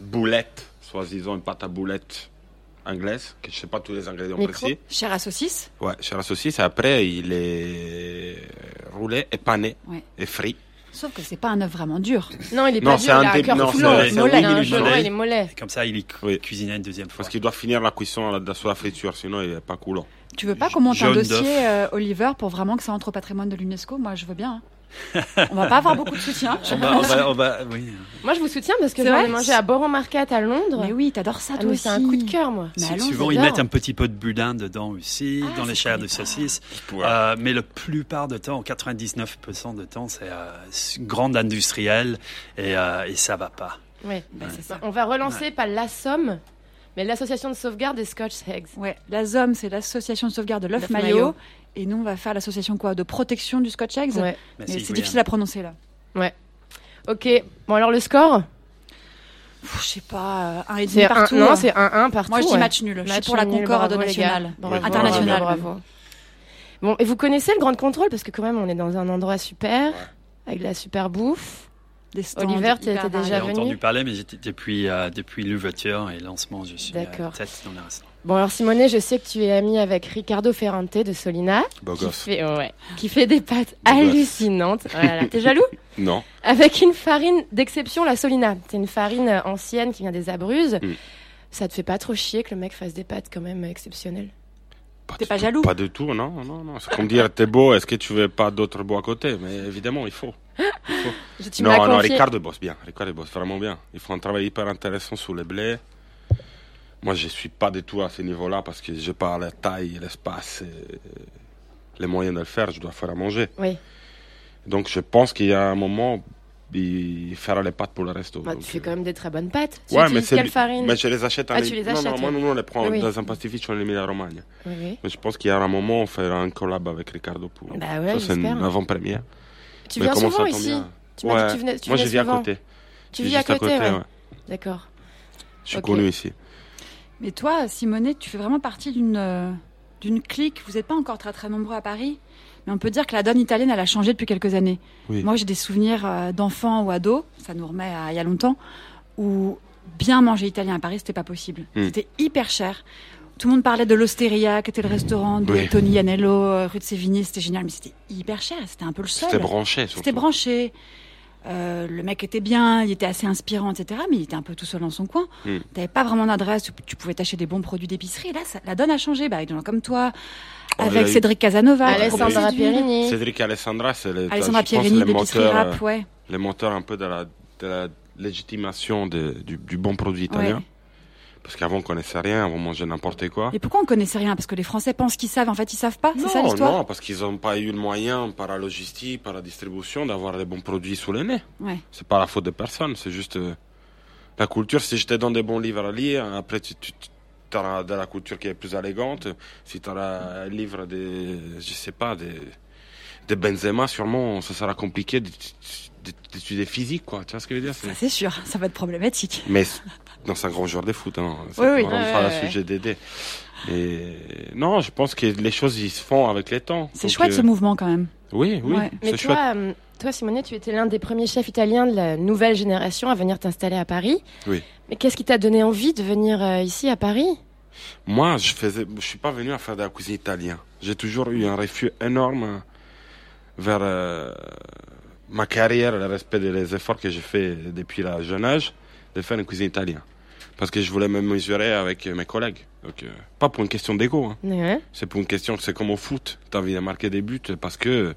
[SPEAKER 6] boulette, soi-disant une pâte à boulette anglaise, que je sais pas tous les ingrédients
[SPEAKER 4] Micro.
[SPEAKER 6] précis.
[SPEAKER 3] Chair à saucisse
[SPEAKER 6] Ouais, chez la saucisse, et après il est roulé et pané
[SPEAKER 3] Ouais.
[SPEAKER 6] et frit.
[SPEAKER 3] Sauf que c'est pas un œuf vraiment dur.
[SPEAKER 4] Non, il est
[SPEAKER 6] Non,
[SPEAKER 4] pas
[SPEAKER 6] c'est
[SPEAKER 4] dur,
[SPEAKER 6] un
[SPEAKER 4] il a un
[SPEAKER 6] dé-
[SPEAKER 4] cœur
[SPEAKER 6] non,
[SPEAKER 4] fou,
[SPEAKER 6] c'est-
[SPEAKER 4] non,
[SPEAKER 6] c'est
[SPEAKER 4] il est
[SPEAKER 6] un
[SPEAKER 4] mollet, il a un
[SPEAKER 6] demi-mollet.
[SPEAKER 4] genou, il est mollet.
[SPEAKER 9] Et comme ça, il est cu-
[SPEAKER 6] Oui.
[SPEAKER 9] cuisiné une deuxième fois.
[SPEAKER 6] Parce qu'il doit finir la cuisson là, sous la friture, sinon il est pas hein. coulant.
[SPEAKER 3] Tu veux pas qu'on monte un
[SPEAKER 9] Jaune d'œuf.
[SPEAKER 3] dossier, euh, Oliver, pour vraiment que ça entre au patrimoine de l'UNESCO Moi, je veux bien. hein. On va pas avoir beaucoup de soutien.
[SPEAKER 9] On va, on va, on va- oui.
[SPEAKER 4] Moi, je vous soutiens parce que
[SPEAKER 3] C'est
[SPEAKER 4] j'en ai
[SPEAKER 3] vrai
[SPEAKER 4] mangé à Boron Market à Londres.
[SPEAKER 3] Mais oui, t'adores ça,
[SPEAKER 4] Ah,
[SPEAKER 3] toi
[SPEAKER 4] mais
[SPEAKER 3] aussi.
[SPEAKER 4] c'est un coup de cœur, moi.
[SPEAKER 3] Mais
[SPEAKER 9] Si-
[SPEAKER 3] allons,
[SPEAKER 9] souvent, ils
[SPEAKER 4] j'adore.
[SPEAKER 9] mettent un petit peu de boudin dedans aussi,
[SPEAKER 3] Ah,
[SPEAKER 9] dans
[SPEAKER 3] ça,
[SPEAKER 9] les
[SPEAKER 3] je
[SPEAKER 9] chairs
[SPEAKER 3] connais
[SPEAKER 9] de
[SPEAKER 3] pas.
[SPEAKER 9] saucisse.
[SPEAKER 6] Ouais.
[SPEAKER 9] Euh, mais la plupart du temps, 99% de temps, c'est euh, grande industrielle et, euh, et ça va pas.
[SPEAKER 4] Ouais.
[SPEAKER 3] Bah, c'est ça.
[SPEAKER 4] Ben, On va relancer pas l'ASSOM, mais l'association de sauvegarde des Scotch Eggs.
[SPEAKER 3] Ouais, la ZOM, c'est l'association de sauvegarde de l'œuf
[SPEAKER 4] L'œuf
[SPEAKER 3] maillot.
[SPEAKER 4] maillot.
[SPEAKER 3] Et nous, on va faire l'association quoi De protection du Scotch Eggs
[SPEAKER 4] Ouais.
[SPEAKER 6] Bah,
[SPEAKER 3] Mais
[SPEAKER 9] Merci,
[SPEAKER 3] c'est
[SPEAKER 9] Guylaine.
[SPEAKER 3] difficile à prononcer là.
[SPEAKER 4] Ok. Bon, alors le score
[SPEAKER 3] Pff, je sais pas, euh, un et demi
[SPEAKER 4] C'est un,
[SPEAKER 3] partout.
[SPEAKER 4] non,
[SPEAKER 3] hein.
[SPEAKER 4] c'est 1-1 partout.
[SPEAKER 3] Moi, je dis
[SPEAKER 4] ouais.
[SPEAKER 3] match nul. je suis
[SPEAKER 4] Match
[SPEAKER 3] pour la
[SPEAKER 4] nul,
[SPEAKER 3] concorde
[SPEAKER 4] bravo, les gars.
[SPEAKER 3] nationale.
[SPEAKER 4] Bravo,
[SPEAKER 3] internationale.
[SPEAKER 4] bravo, bravo. Bon, et vous connaissez le Grand Contrôle parce que quand même, on est dans un endroit super, avec de la super bouffe.
[SPEAKER 3] Des stands
[SPEAKER 4] Oliver, tu
[SPEAKER 3] hyper
[SPEAKER 4] étais déjà
[SPEAKER 9] J'ai
[SPEAKER 3] variés.
[SPEAKER 4] venu.
[SPEAKER 9] entendu parler, mais j'étais depuis, euh, depuis l'ouverture et lancement, je suis euh,
[SPEAKER 4] D'accord.
[SPEAKER 9] tête dans le restaurant.
[SPEAKER 4] Bon, alors Simonet, je sais que tu es amie avec Ricardo Ferrante de Solina,
[SPEAKER 6] Beau
[SPEAKER 4] qui
[SPEAKER 6] gosse.
[SPEAKER 4] fait, ouais, qui fait des pâtes
[SPEAKER 6] Beau gosse.
[SPEAKER 4] hallucinantes. Voilà, t'es jaloux
[SPEAKER 6] Non.
[SPEAKER 4] Avec une farine d'exception, la Solina. C'est une farine euh, ancienne qui vient des Abruzzes.
[SPEAKER 6] Mm.
[SPEAKER 4] Ça te fait pas trop chier que le mec fasse des pâtes quand même euh, exceptionnelles
[SPEAKER 3] T'es
[SPEAKER 6] du
[SPEAKER 3] pas
[SPEAKER 6] tout,
[SPEAKER 3] jaloux
[SPEAKER 6] Pas du tout, non, non, non. C'est comme dire, t'es beau, est-ce que tu veux pas d'autres beaux à côté Mais évidemment, il faut.
[SPEAKER 4] Je- tu me l'as
[SPEAKER 6] non, non,
[SPEAKER 4] confié.
[SPEAKER 6] Ricardo bosse bien. Ricardo bosse vraiment bien. Ils font un travail hyper intéressant sur les blés. Moi, je suis pas du tout à ce niveau-là parce que j'ai pas la taille, l'espace, et les moyens de le faire. Je dois faire à manger.
[SPEAKER 4] Oui.
[SPEAKER 6] Donc, je pense qu'il y a un moment, il fera les pâtes pour le resto.
[SPEAKER 4] Bah,
[SPEAKER 6] Donc,
[SPEAKER 4] tu fais
[SPEAKER 6] euh,
[SPEAKER 4] quand même des très bonnes pâtes. Tu
[SPEAKER 6] Ouais, mais
[SPEAKER 4] utilises
[SPEAKER 6] c'est.
[SPEAKER 4] quelle farine
[SPEAKER 6] Mais je les achète en
[SPEAKER 4] Ah, tu les
[SPEAKER 6] Non,
[SPEAKER 4] achètes,
[SPEAKER 6] non, moi,
[SPEAKER 4] ouais.
[SPEAKER 6] nous, on les prend
[SPEAKER 4] Oui.
[SPEAKER 6] dans un pastifiche, on les met à Romagne.
[SPEAKER 4] Oui, oui.
[SPEAKER 6] Mais je pense qu'il y a un moment, on fera un collab avec Ricardo pour.
[SPEAKER 4] Bah ouais,
[SPEAKER 6] Ça, c'est
[SPEAKER 4] j'espère.
[SPEAKER 6] une avant-première.
[SPEAKER 4] Tu
[SPEAKER 6] Mais
[SPEAKER 4] viens
[SPEAKER 6] comment
[SPEAKER 4] souvent
[SPEAKER 6] ça tombe
[SPEAKER 4] ici
[SPEAKER 6] bien
[SPEAKER 4] Tu m'as dit
[SPEAKER 6] Ouais.
[SPEAKER 4] que tu venais, tu
[SPEAKER 6] Moi,
[SPEAKER 4] venais
[SPEAKER 6] je vis à
[SPEAKER 4] souvent.
[SPEAKER 6] côté.
[SPEAKER 4] Tu
[SPEAKER 6] Je
[SPEAKER 4] vis
[SPEAKER 6] vis
[SPEAKER 4] à
[SPEAKER 6] juste
[SPEAKER 4] côté, ouais.
[SPEAKER 6] ouais.
[SPEAKER 4] D'accord.
[SPEAKER 6] Je suis
[SPEAKER 4] Ok.
[SPEAKER 6] connu ici.
[SPEAKER 3] Mais toi, Simonet, tu fais vraiment partie d'une euh, d'une clique. Vous n'êtes pas encore très très nombreux à Paris, mais on peut dire que la donne italienne, elle a changé depuis quelques années.
[SPEAKER 6] Oui.
[SPEAKER 3] Moi, j'ai des souvenirs euh, d'enfants ou ados, ça nous remet à il y a longtemps, où bien manger italien à Paris, c'était pas possible.
[SPEAKER 6] Hmm.
[SPEAKER 3] C'était hyper cher. Tout le monde parlait de l'Osteria, qui était le restaurant de
[SPEAKER 6] Oui.
[SPEAKER 3] Tony Anello, euh, rue de Sévigné, c'était génial, mais c'était hyper cher, c'était un peu le seul.
[SPEAKER 6] C'était branché. surtout.
[SPEAKER 3] C'était branché. Euh, le mec était bien, il était assez inspirant, etc. Mais il était un peu tout seul dans son coin.
[SPEAKER 6] Mm.
[SPEAKER 3] T'avais pas vraiment d'adresse, où tu pouvais t'acheter des bons produits d'épicerie. Là, ça, la donne a changé. Bah, avec des gens comme toi,
[SPEAKER 6] Oh, il y
[SPEAKER 3] avec
[SPEAKER 6] a eu-
[SPEAKER 3] Cédric Casanova,
[SPEAKER 6] Ouais,
[SPEAKER 4] Alessandra
[SPEAKER 3] Francis Dubuis,
[SPEAKER 4] Pierini.
[SPEAKER 6] Cédric Alessandra, c'est le,
[SPEAKER 3] Alessandra
[SPEAKER 6] je pense,
[SPEAKER 3] Pierini,
[SPEAKER 6] le
[SPEAKER 3] d'épicerie
[SPEAKER 6] moteur,
[SPEAKER 3] rap,
[SPEAKER 6] euh,
[SPEAKER 3] ouais.
[SPEAKER 6] le moteur un peu de la, de la légitimation de- du, du bon produit
[SPEAKER 3] ouais.
[SPEAKER 6] italien. Parce qu'avant, on connaissait rien, on mangeait n'importe quoi.
[SPEAKER 3] Et pourquoi on connaissait rien Parce que les Français pensent qu'ils savent, en fait, ils savent pas. C'est ça
[SPEAKER 6] Non,
[SPEAKER 3] l'histoire
[SPEAKER 6] non, parce qu'ils n'ont pas eu le moyen par la logistique, par la distribution, d'avoir les bons produits sous le nez.
[SPEAKER 3] Ouais.
[SPEAKER 6] C'est pas la faute de personne, c'est juste euh, la culture. Si je te donne des bons livres à lire, après tu, tu as de la culture qui est plus élégante. Si tu as un livre de, je sais pas, de, de Benzema, sûrement, ça sera compliqué d'étu- d'étudier physique, quoi. Tu vois ce que je veux dire
[SPEAKER 3] Ça,
[SPEAKER 6] c'est-
[SPEAKER 3] c'est sûr, ça va être problématique.
[SPEAKER 6] Mais c'est- dans un grand joueur de foot, hein, c'est
[SPEAKER 3] Oui, oui.
[SPEAKER 6] vraiment
[SPEAKER 4] Ouais,
[SPEAKER 6] pas
[SPEAKER 4] ouais,
[SPEAKER 6] le
[SPEAKER 4] ouais.
[SPEAKER 6] sujet d'aider. Et non, je pense que les choses ils se font avec les temps.
[SPEAKER 3] C'est
[SPEAKER 6] Donc,
[SPEAKER 3] chouette
[SPEAKER 6] euh,
[SPEAKER 3] ce mouvement quand même.
[SPEAKER 6] Oui, oui,
[SPEAKER 3] Ouais.
[SPEAKER 4] Mais
[SPEAKER 6] c'est chouette.
[SPEAKER 4] toi, euh, toi, Simonet, tu étais l'un des premiers chefs italiens de la nouvelle génération à venir t'installer à Paris.
[SPEAKER 6] Oui.
[SPEAKER 4] Mais qu'est-ce qui t'a donné envie de venir euh, ici à Paris
[SPEAKER 6] Moi, je faisais, je suis pas venu à faire de la cuisine italienne. J'ai toujours eu un refus énorme vers euh, ma carrière, le respect des les efforts que j'ai fait depuis la jeune âge, de faire une cuisine italienne. Parce que je voulais me mesurer avec mes collègues. Donc, euh, pas pour une question d'ego. hein.
[SPEAKER 4] Ouais.
[SPEAKER 6] C'est pour une question, c'est comme au foot. T'as envie de marquer des buts parce que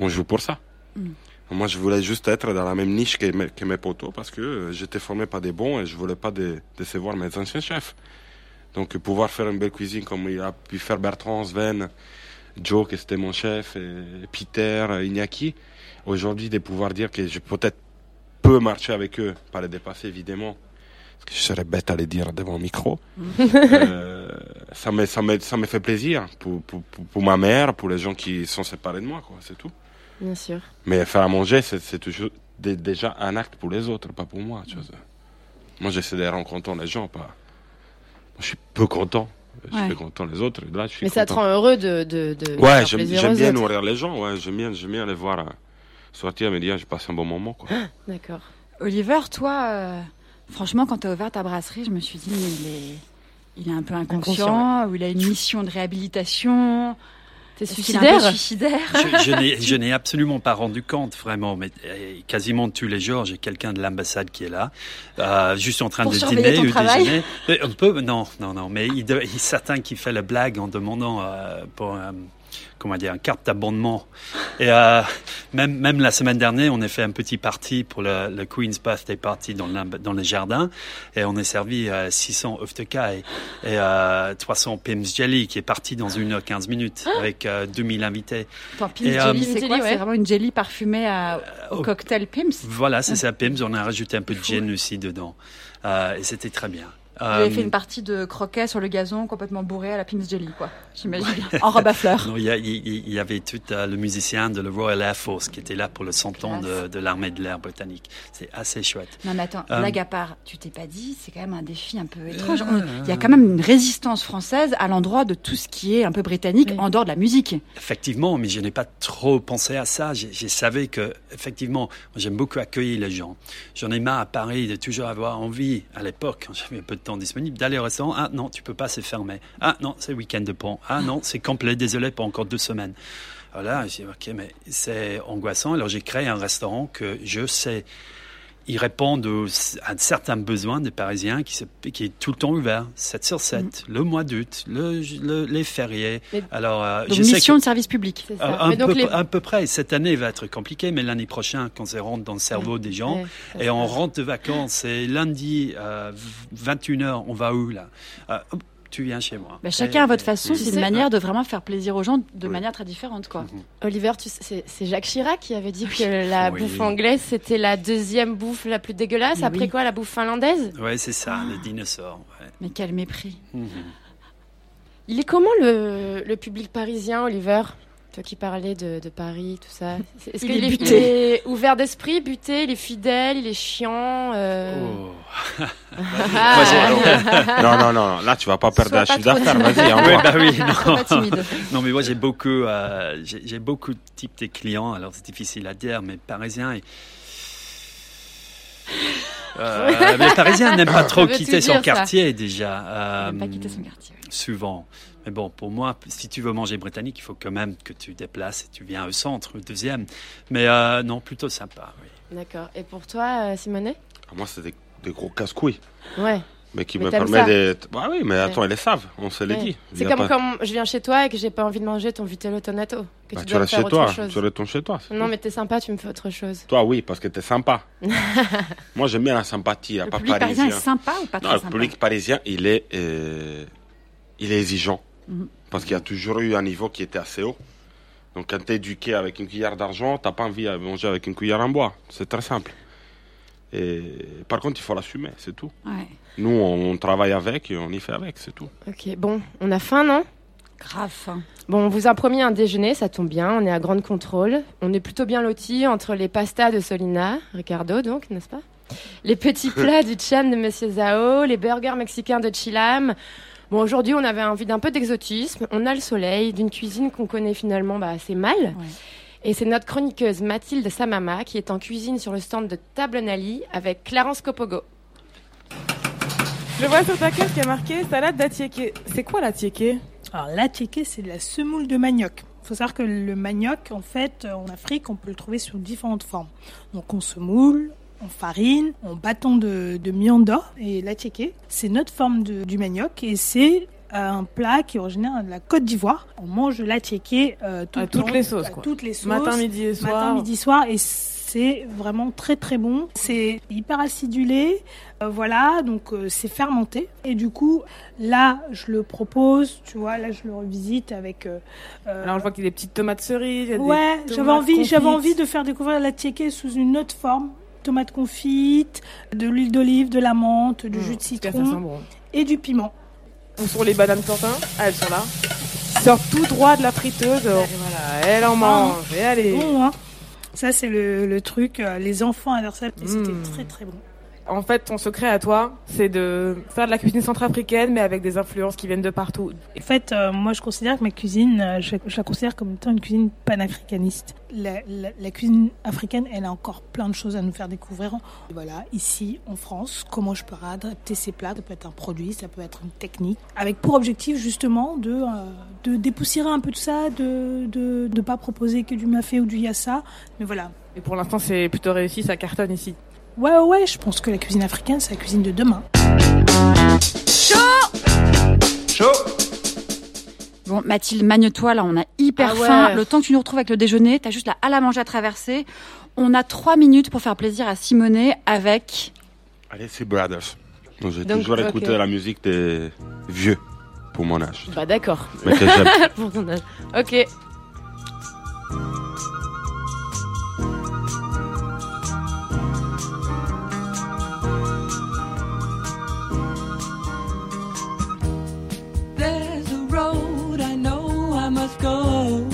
[SPEAKER 6] on joue pour ça.
[SPEAKER 1] Mm.
[SPEAKER 6] Moi, je voulais juste être dans la même niche que mes, que mes potos parce que euh, j'étais formé par des bons et je voulais pas dé- décevoir mes anciens chefs. Donc, euh, pouvoir faire une belle cuisine comme il a pu faire Bertrand, Sven, Joe, qui était mon chef, et Peter, euh, Iñaki. Aujourd'hui, de pouvoir dire que je peut-être peux marcher avec eux, pas les dépasser évidemment, parce que je serais bête à les dire devant le micro. Euh, ça me ça me ça me fait plaisir pour, pour, pour, pour ma mère, pour les gens qui sont séparés de moi, quoi, c'est tout.
[SPEAKER 4] Bien sûr.
[SPEAKER 6] Mais faire à manger, c'est c'est toujours dé- déjà un acte pour les autres, pas pour moi. Tu vois. Moi, j'essaie de rencontrer les gens, pas. Moi, je suis peu content. Je
[SPEAKER 4] Ouais.
[SPEAKER 6] suis peu content les autres. Là, je suis
[SPEAKER 4] Mais ça te
[SPEAKER 6] content.
[SPEAKER 4] rend heureux de. de, de
[SPEAKER 6] Ouais,
[SPEAKER 4] faire
[SPEAKER 6] j'aime
[SPEAKER 4] plaisir
[SPEAKER 6] j'aime
[SPEAKER 4] aux
[SPEAKER 6] bien
[SPEAKER 4] autres.
[SPEAKER 6] nourrir les gens. Ouais, j'aime bien, j'aime bien les voir euh, sortir, me dire, j'ai passé un bon moment, quoi.
[SPEAKER 4] D'accord.
[SPEAKER 3] Oliver, toi, euh, franchement, quand t'as ouvert ta brasserie, je me suis dit, mais il est, il est un peu inconscient,
[SPEAKER 4] Inconscient,
[SPEAKER 3] ou il a une mission de réhabilitation.
[SPEAKER 4] T'es
[SPEAKER 3] Est-ce qu'il est un peu
[SPEAKER 4] suicidaire
[SPEAKER 3] suicidaire.
[SPEAKER 9] je, je n'ai- je n'ai absolument pas rendu compte, vraiment, mais euh, quasiment tous les jours, j'ai quelqu'un de l'ambassade qui est là. Euh, je suis en train
[SPEAKER 3] Pour
[SPEAKER 9] de
[SPEAKER 3] surveiller
[SPEAKER 9] dîner
[SPEAKER 3] ton
[SPEAKER 9] ou
[SPEAKER 3] travail.
[SPEAKER 9] déjeuner. Mais un peu, non, non, non, mais il, de- il- certains qui fait la blague en demandant euh, pour un- comment dire, un carte d'abonnement. Et euh, même, même la semaine dernière, on a fait un petit party pour le, le Queen's Birthday Party dans, l'imb- dans le jardin. Et on a servi euh, 600 œufs de caille et euh, 300 pims jelly qui est parti dans 1h15 minutes
[SPEAKER 3] Ah.
[SPEAKER 9] avec euh, 2000 invités.
[SPEAKER 3] Attends, Pim's
[SPEAKER 9] Et,
[SPEAKER 3] Jelly,
[SPEAKER 9] euh,
[SPEAKER 3] c'est
[SPEAKER 4] Jelly,
[SPEAKER 3] quoi
[SPEAKER 4] ouais.
[SPEAKER 3] C'est vraiment une jelly parfumée à, au
[SPEAKER 9] au-
[SPEAKER 3] cocktail Pim's
[SPEAKER 9] Voilà, c'est ça, Pims. On a rajouté un peu de gin aussi dedans. Euh, et c'était très bien.
[SPEAKER 3] J'avais
[SPEAKER 9] Euh,
[SPEAKER 3] fait une partie de croquet sur le gazon complètement bourré à la Pim's Jelly, quoi. J'imagine. en robe à fleurs.
[SPEAKER 9] non, il y, a- il- il- il y avait tout euh, le musicien de la Royal Air Force qui était là pour le 100 ans de, de l'armée de l'air britannique. C'est assez chouette.
[SPEAKER 3] Non, mais attends,
[SPEAKER 9] Euh,
[SPEAKER 3] blague à part, tu t'es pas dit, c'est quand même un défi un peu étrange. On- Il y
[SPEAKER 9] euh.
[SPEAKER 3] a quand même une résistance française à l'endroit de tout ce qui est un peu britannique en dehors de la musique.
[SPEAKER 9] Effectivement, mais je n'ai pas trop pensé à ça. J'ai j'ai savais que, effectivement, moi, j'aime beaucoup accueillir les gens. J'en ai marre à Paris de toujours avoir envie, à l'époque, quand j'avais peu de temps disponible, d'aller au restaurant. Ah non, tu peux pas, c'est fermé. Ah non, c'est week-end de pont. Ah non, c'est complet, désolé, pas encore deux semaines. Voilà, j'ai dit, ok, mais c'est angoissant. Alors j'ai créé un restaurant que je sais ils répondent aux- à certains besoins des Parisiens qui, se- qui est tout le temps ouvert, 7 sur 7,
[SPEAKER 3] Mm.
[SPEAKER 9] le mois d'août, le- le- les fériés.
[SPEAKER 4] Mais-
[SPEAKER 9] Alors, euh,
[SPEAKER 3] Donc,
[SPEAKER 9] je sais
[SPEAKER 3] mission
[SPEAKER 9] que-
[SPEAKER 3] de service public.
[SPEAKER 4] C'est ça.
[SPEAKER 9] à,
[SPEAKER 4] Mais
[SPEAKER 9] Ah, un
[SPEAKER 4] donc
[SPEAKER 9] peu,
[SPEAKER 4] les-
[SPEAKER 9] à peu près, cette année va être compliquée, mais l'année prochaine, quand ça rentre dans le cerveau des gens,
[SPEAKER 4] Ouais, ça
[SPEAKER 9] et
[SPEAKER 4] se
[SPEAKER 9] on
[SPEAKER 4] passe.
[SPEAKER 9] rentre de vacances, et lundi, euh, v- 21h, on va où là Euh, hop, Tu viens chez moi.
[SPEAKER 3] Bah, chacun à
[SPEAKER 9] Et-
[SPEAKER 3] votre façon,
[SPEAKER 4] Tu
[SPEAKER 3] c'est une
[SPEAKER 4] sais-
[SPEAKER 3] manière de vraiment faire plaisir aux gens de
[SPEAKER 6] Oui.
[SPEAKER 3] manière très différente, quoi.
[SPEAKER 6] Mhm.
[SPEAKER 4] Oliver, tu sais, c'est- c'est Jacques Chirac qui avait dit que la
[SPEAKER 9] Oui.
[SPEAKER 4] bouffe anglaise, c'était la deuxième bouffe la plus dégueulasse.
[SPEAKER 3] Mais
[SPEAKER 4] Après
[SPEAKER 3] oui.
[SPEAKER 4] quoi, la bouffe finlandaise
[SPEAKER 9] Ouais, c'est ça,
[SPEAKER 4] Ah.
[SPEAKER 9] le dinosaure. ouais.
[SPEAKER 3] Mais quel mépris.
[SPEAKER 9] Mhm.
[SPEAKER 4] Il est comment le, le public parisien, Oliver Toi qui parlais de, de Paris, tout ça. Est-ce
[SPEAKER 3] Il
[SPEAKER 4] qu'il
[SPEAKER 3] est
[SPEAKER 4] est,
[SPEAKER 3] buté.
[SPEAKER 4] il est ouvert d'esprit, buté, il est fidèle, il est chiant euh,
[SPEAKER 9] Oh.
[SPEAKER 4] ah.
[SPEAKER 6] Vas-y, alors. non, non, non, non, là, tu vas pas perdre
[SPEAKER 3] Sois
[SPEAKER 6] un
[SPEAKER 3] pas
[SPEAKER 6] chiffre
[SPEAKER 3] trop-
[SPEAKER 6] d'affaires. Vas-y, envoie.
[SPEAKER 9] bah oui,
[SPEAKER 3] Sois pas
[SPEAKER 9] non.
[SPEAKER 3] timide.
[SPEAKER 9] Non, mais moi, j'ai beaucoup, euh, j'ai j'ai beaucoup de types de clients, alors c'est difficile à dire, mais parisiens. et- Euh, les parisiens n'aiment pas trop
[SPEAKER 4] veut tout
[SPEAKER 9] quitter son
[SPEAKER 4] dire, ça.
[SPEAKER 9] quartier déjà.
[SPEAKER 3] Il aime pas
[SPEAKER 9] euh,
[SPEAKER 3] quitter son quartier.
[SPEAKER 9] Souvent. Mais bon, pour moi, si tu veux manger britannique, il faut quand même que tu déplaces et tu viens au centre, au deuxième. Mais euh, non, plutôt sympa, oui.
[SPEAKER 4] D'accord. Et pour toi, euh, Simonet
[SPEAKER 6] Moi, c'est des, des gros casse-couilles.
[SPEAKER 4] Ouais.
[SPEAKER 6] Mais qui
[SPEAKER 4] Mais
[SPEAKER 6] me
[SPEAKER 4] t'aimes
[SPEAKER 6] permet
[SPEAKER 4] ça.
[SPEAKER 6] d'être. Bah oui, mais attends, ils les savent, on se les
[SPEAKER 4] Ouais.
[SPEAKER 6] dit.
[SPEAKER 4] C'est
[SPEAKER 6] Y a
[SPEAKER 4] comme
[SPEAKER 6] pas-
[SPEAKER 4] quand je viens chez toi et que j'ai pas envie de manger ton vitello tonato. Que
[SPEAKER 6] Bah,
[SPEAKER 4] tu
[SPEAKER 6] tu
[SPEAKER 4] dois
[SPEAKER 6] restes
[SPEAKER 4] faire
[SPEAKER 6] chez toi,
[SPEAKER 4] autre chose.
[SPEAKER 6] tu retournes chez toi.
[SPEAKER 4] Non, mais t'es sympa, tu me fais autre chose.
[SPEAKER 6] Toi, oui, parce que t'es sympa. Moi, j'aime bien la sympathie, la
[SPEAKER 3] Le
[SPEAKER 6] pas
[SPEAKER 3] public
[SPEAKER 6] parisien.
[SPEAKER 3] parisien est sympa ou pas
[SPEAKER 6] Non,
[SPEAKER 3] très
[SPEAKER 6] le
[SPEAKER 3] sympa
[SPEAKER 6] public parisien, il est, euh, il est exigeant.
[SPEAKER 3] Mhm.
[SPEAKER 6] Parce qu'il y a toujours eu un niveau qui était assez haut. Donc, quand t'es éduqué avec une cuillère d'argent, t'as pas envie de manger avec une cuillère en bois. C'est très simple. Et par contre, il faut l'assumer, c'est tout.
[SPEAKER 3] Ouais.
[SPEAKER 6] Nous, on, on travaille avec et on y fait avec, c'est tout.
[SPEAKER 4] Ok, bon, on a faim, non
[SPEAKER 3] Grave. hein.
[SPEAKER 4] Bon, on vous a promis un déjeuner, ça tombe bien, on est à Grande Contrôle. On est plutôt bien lotis entre les pastas de Solina, Ricardo donc, n'est-ce pas Les petits plats du Cham de Monsieur Zao, les burgers mexicains de Chilam. Bon, aujourd'hui, on avait envie d'un peu d'exotisme, on a le soleil, d'une cuisine qu'on connaît finalement bah, assez mal. Et c'est notre chroniqueuse Mathilde Samama qui est en cuisine sur le stand de Table Nali avec Clarence Copogo.
[SPEAKER 10] Je vois sur ta carte qui a marqué salade d'attiéké. C'est quoi l'attiéké
[SPEAKER 11] Alors l'attiéké, c'est de la semoule de manioc.
[SPEAKER 10] Il faut savoir que le manioc, en fait, en Afrique, on peut le trouver sous différentes formes. Donc on se moule, en farine, en bâton de, de mianda et la tchéké. C'est notre forme de- du manioc et c'est euh, un plat qui est originaire de la Côte d'Ivoire. On mange de la tchéké euh, tout
[SPEAKER 11] À
[SPEAKER 10] le
[SPEAKER 11] toutes
[SPEAKER 10] temps,
[SPEAKER 11] les sauces,
[SPEAKER 10] à
[SPEAKER 11] quoi.
[SPEAKER 10] toutes les sauces.
[SPEAKER 11] Matin, midi et soir.
[SPEAKER 10] Matin, midi, soir. Et c'est vraiment très très bon. C'est hyper acidulé. euh, voilà, donc euh, c'est fermenté. Et du coup, là, je le propose, tu vois, là, je le revisite avec... euh, euh,
[SPEAKER 11] Alors, je vois qu'il y a des petites tomates cerises. il y a des
[SPEAKER 10] Ouais, j'avais
[SPEAKER 11] tomates
[SPEAKER 10] envie, j'avais
[SPEAKER 11] confites.
[SPEAKER 10] envie de faire découvrir la tiéké sous une autre forme. Tomates confites, de l'huile d'olive, de la menthe,
[SPEAKER 11] Mmh.
[SPEAKER 10] du jus de
[SPEAKER 11] ça sent
[SPEAKER 10] citron
[SPEAKER 11] bon.
[SPEAKER 10] et du piment.
[SPEAKER 11] Où sont les bananes plantains Ah, elles sont là. Sortent tout droit de la friteuse. Voilà, elle en mange. Et allez.
[SPEAKER 10] Ah. Bon, hein. Ça, c'est le, le truc. euh, Les enfants adorent ça. et C'était
[SPEAKER 11] Mm.
[SPEAKER 10] très, très bon.
[SPEAKER 11] En fait, ton secret à toi, c'est de faire de la cuisine centrafricaine, mais avec des influences qui viennent de partout.
[SPEAKER 10] En fait, euh, moi, je considère que ma cuisine, euh, je, je la considère comme étant une cuisine panafricaniste. La, la- la cuisine africaine, elle a encore plein de choses à nous faire découvrir. Voilà, ici, en France, comment je peux adapter ces plats Ça peut être un produit, ça peut être une technique. Avec pour objectif, justement, de, euh, de dépoussiérer un peu tout ça, de ne de, de pas proposer que du mafé ou du yassa. Mais voilà.
[SPEAKER 11] Et pour l'instant, c'est plutôt réussi, ça cartonne ici.
[SPEAKER 10] Ouais, ouais, ouais, je pense que la cuisine africaine, c'est la cuisine de demain.
[SPEAKER 1] Chaud
[SPEAKER 3] Bon, Mathilde, magne-toi, là, on a hyper
[SPEAKER 11] Ah ouais.
[SPEAKER 3] faim. Le temps que tu nous retrouves avec le déjeuner, t'as juste la halle à manger à traverser. On a trois minutes pour faire plaisir à Simonet avec...
[SPEAKER 6] Allez, c'est Brothers. Donc, J'ai
[SPEAKER 3] Donc,
[SPEAKER 6] toujours
[SPEAKER 3] ok.
[SPEAKER 6] écouté la musique des vieux pour mon âge.
[SPEAKER 4] Bah d'accord.
[SPEAKER 6] Mais que j'aime.
[SPEAKER 4] Pour ton âge. Ok.
[SPEAKER 12] There's a road I know I must go.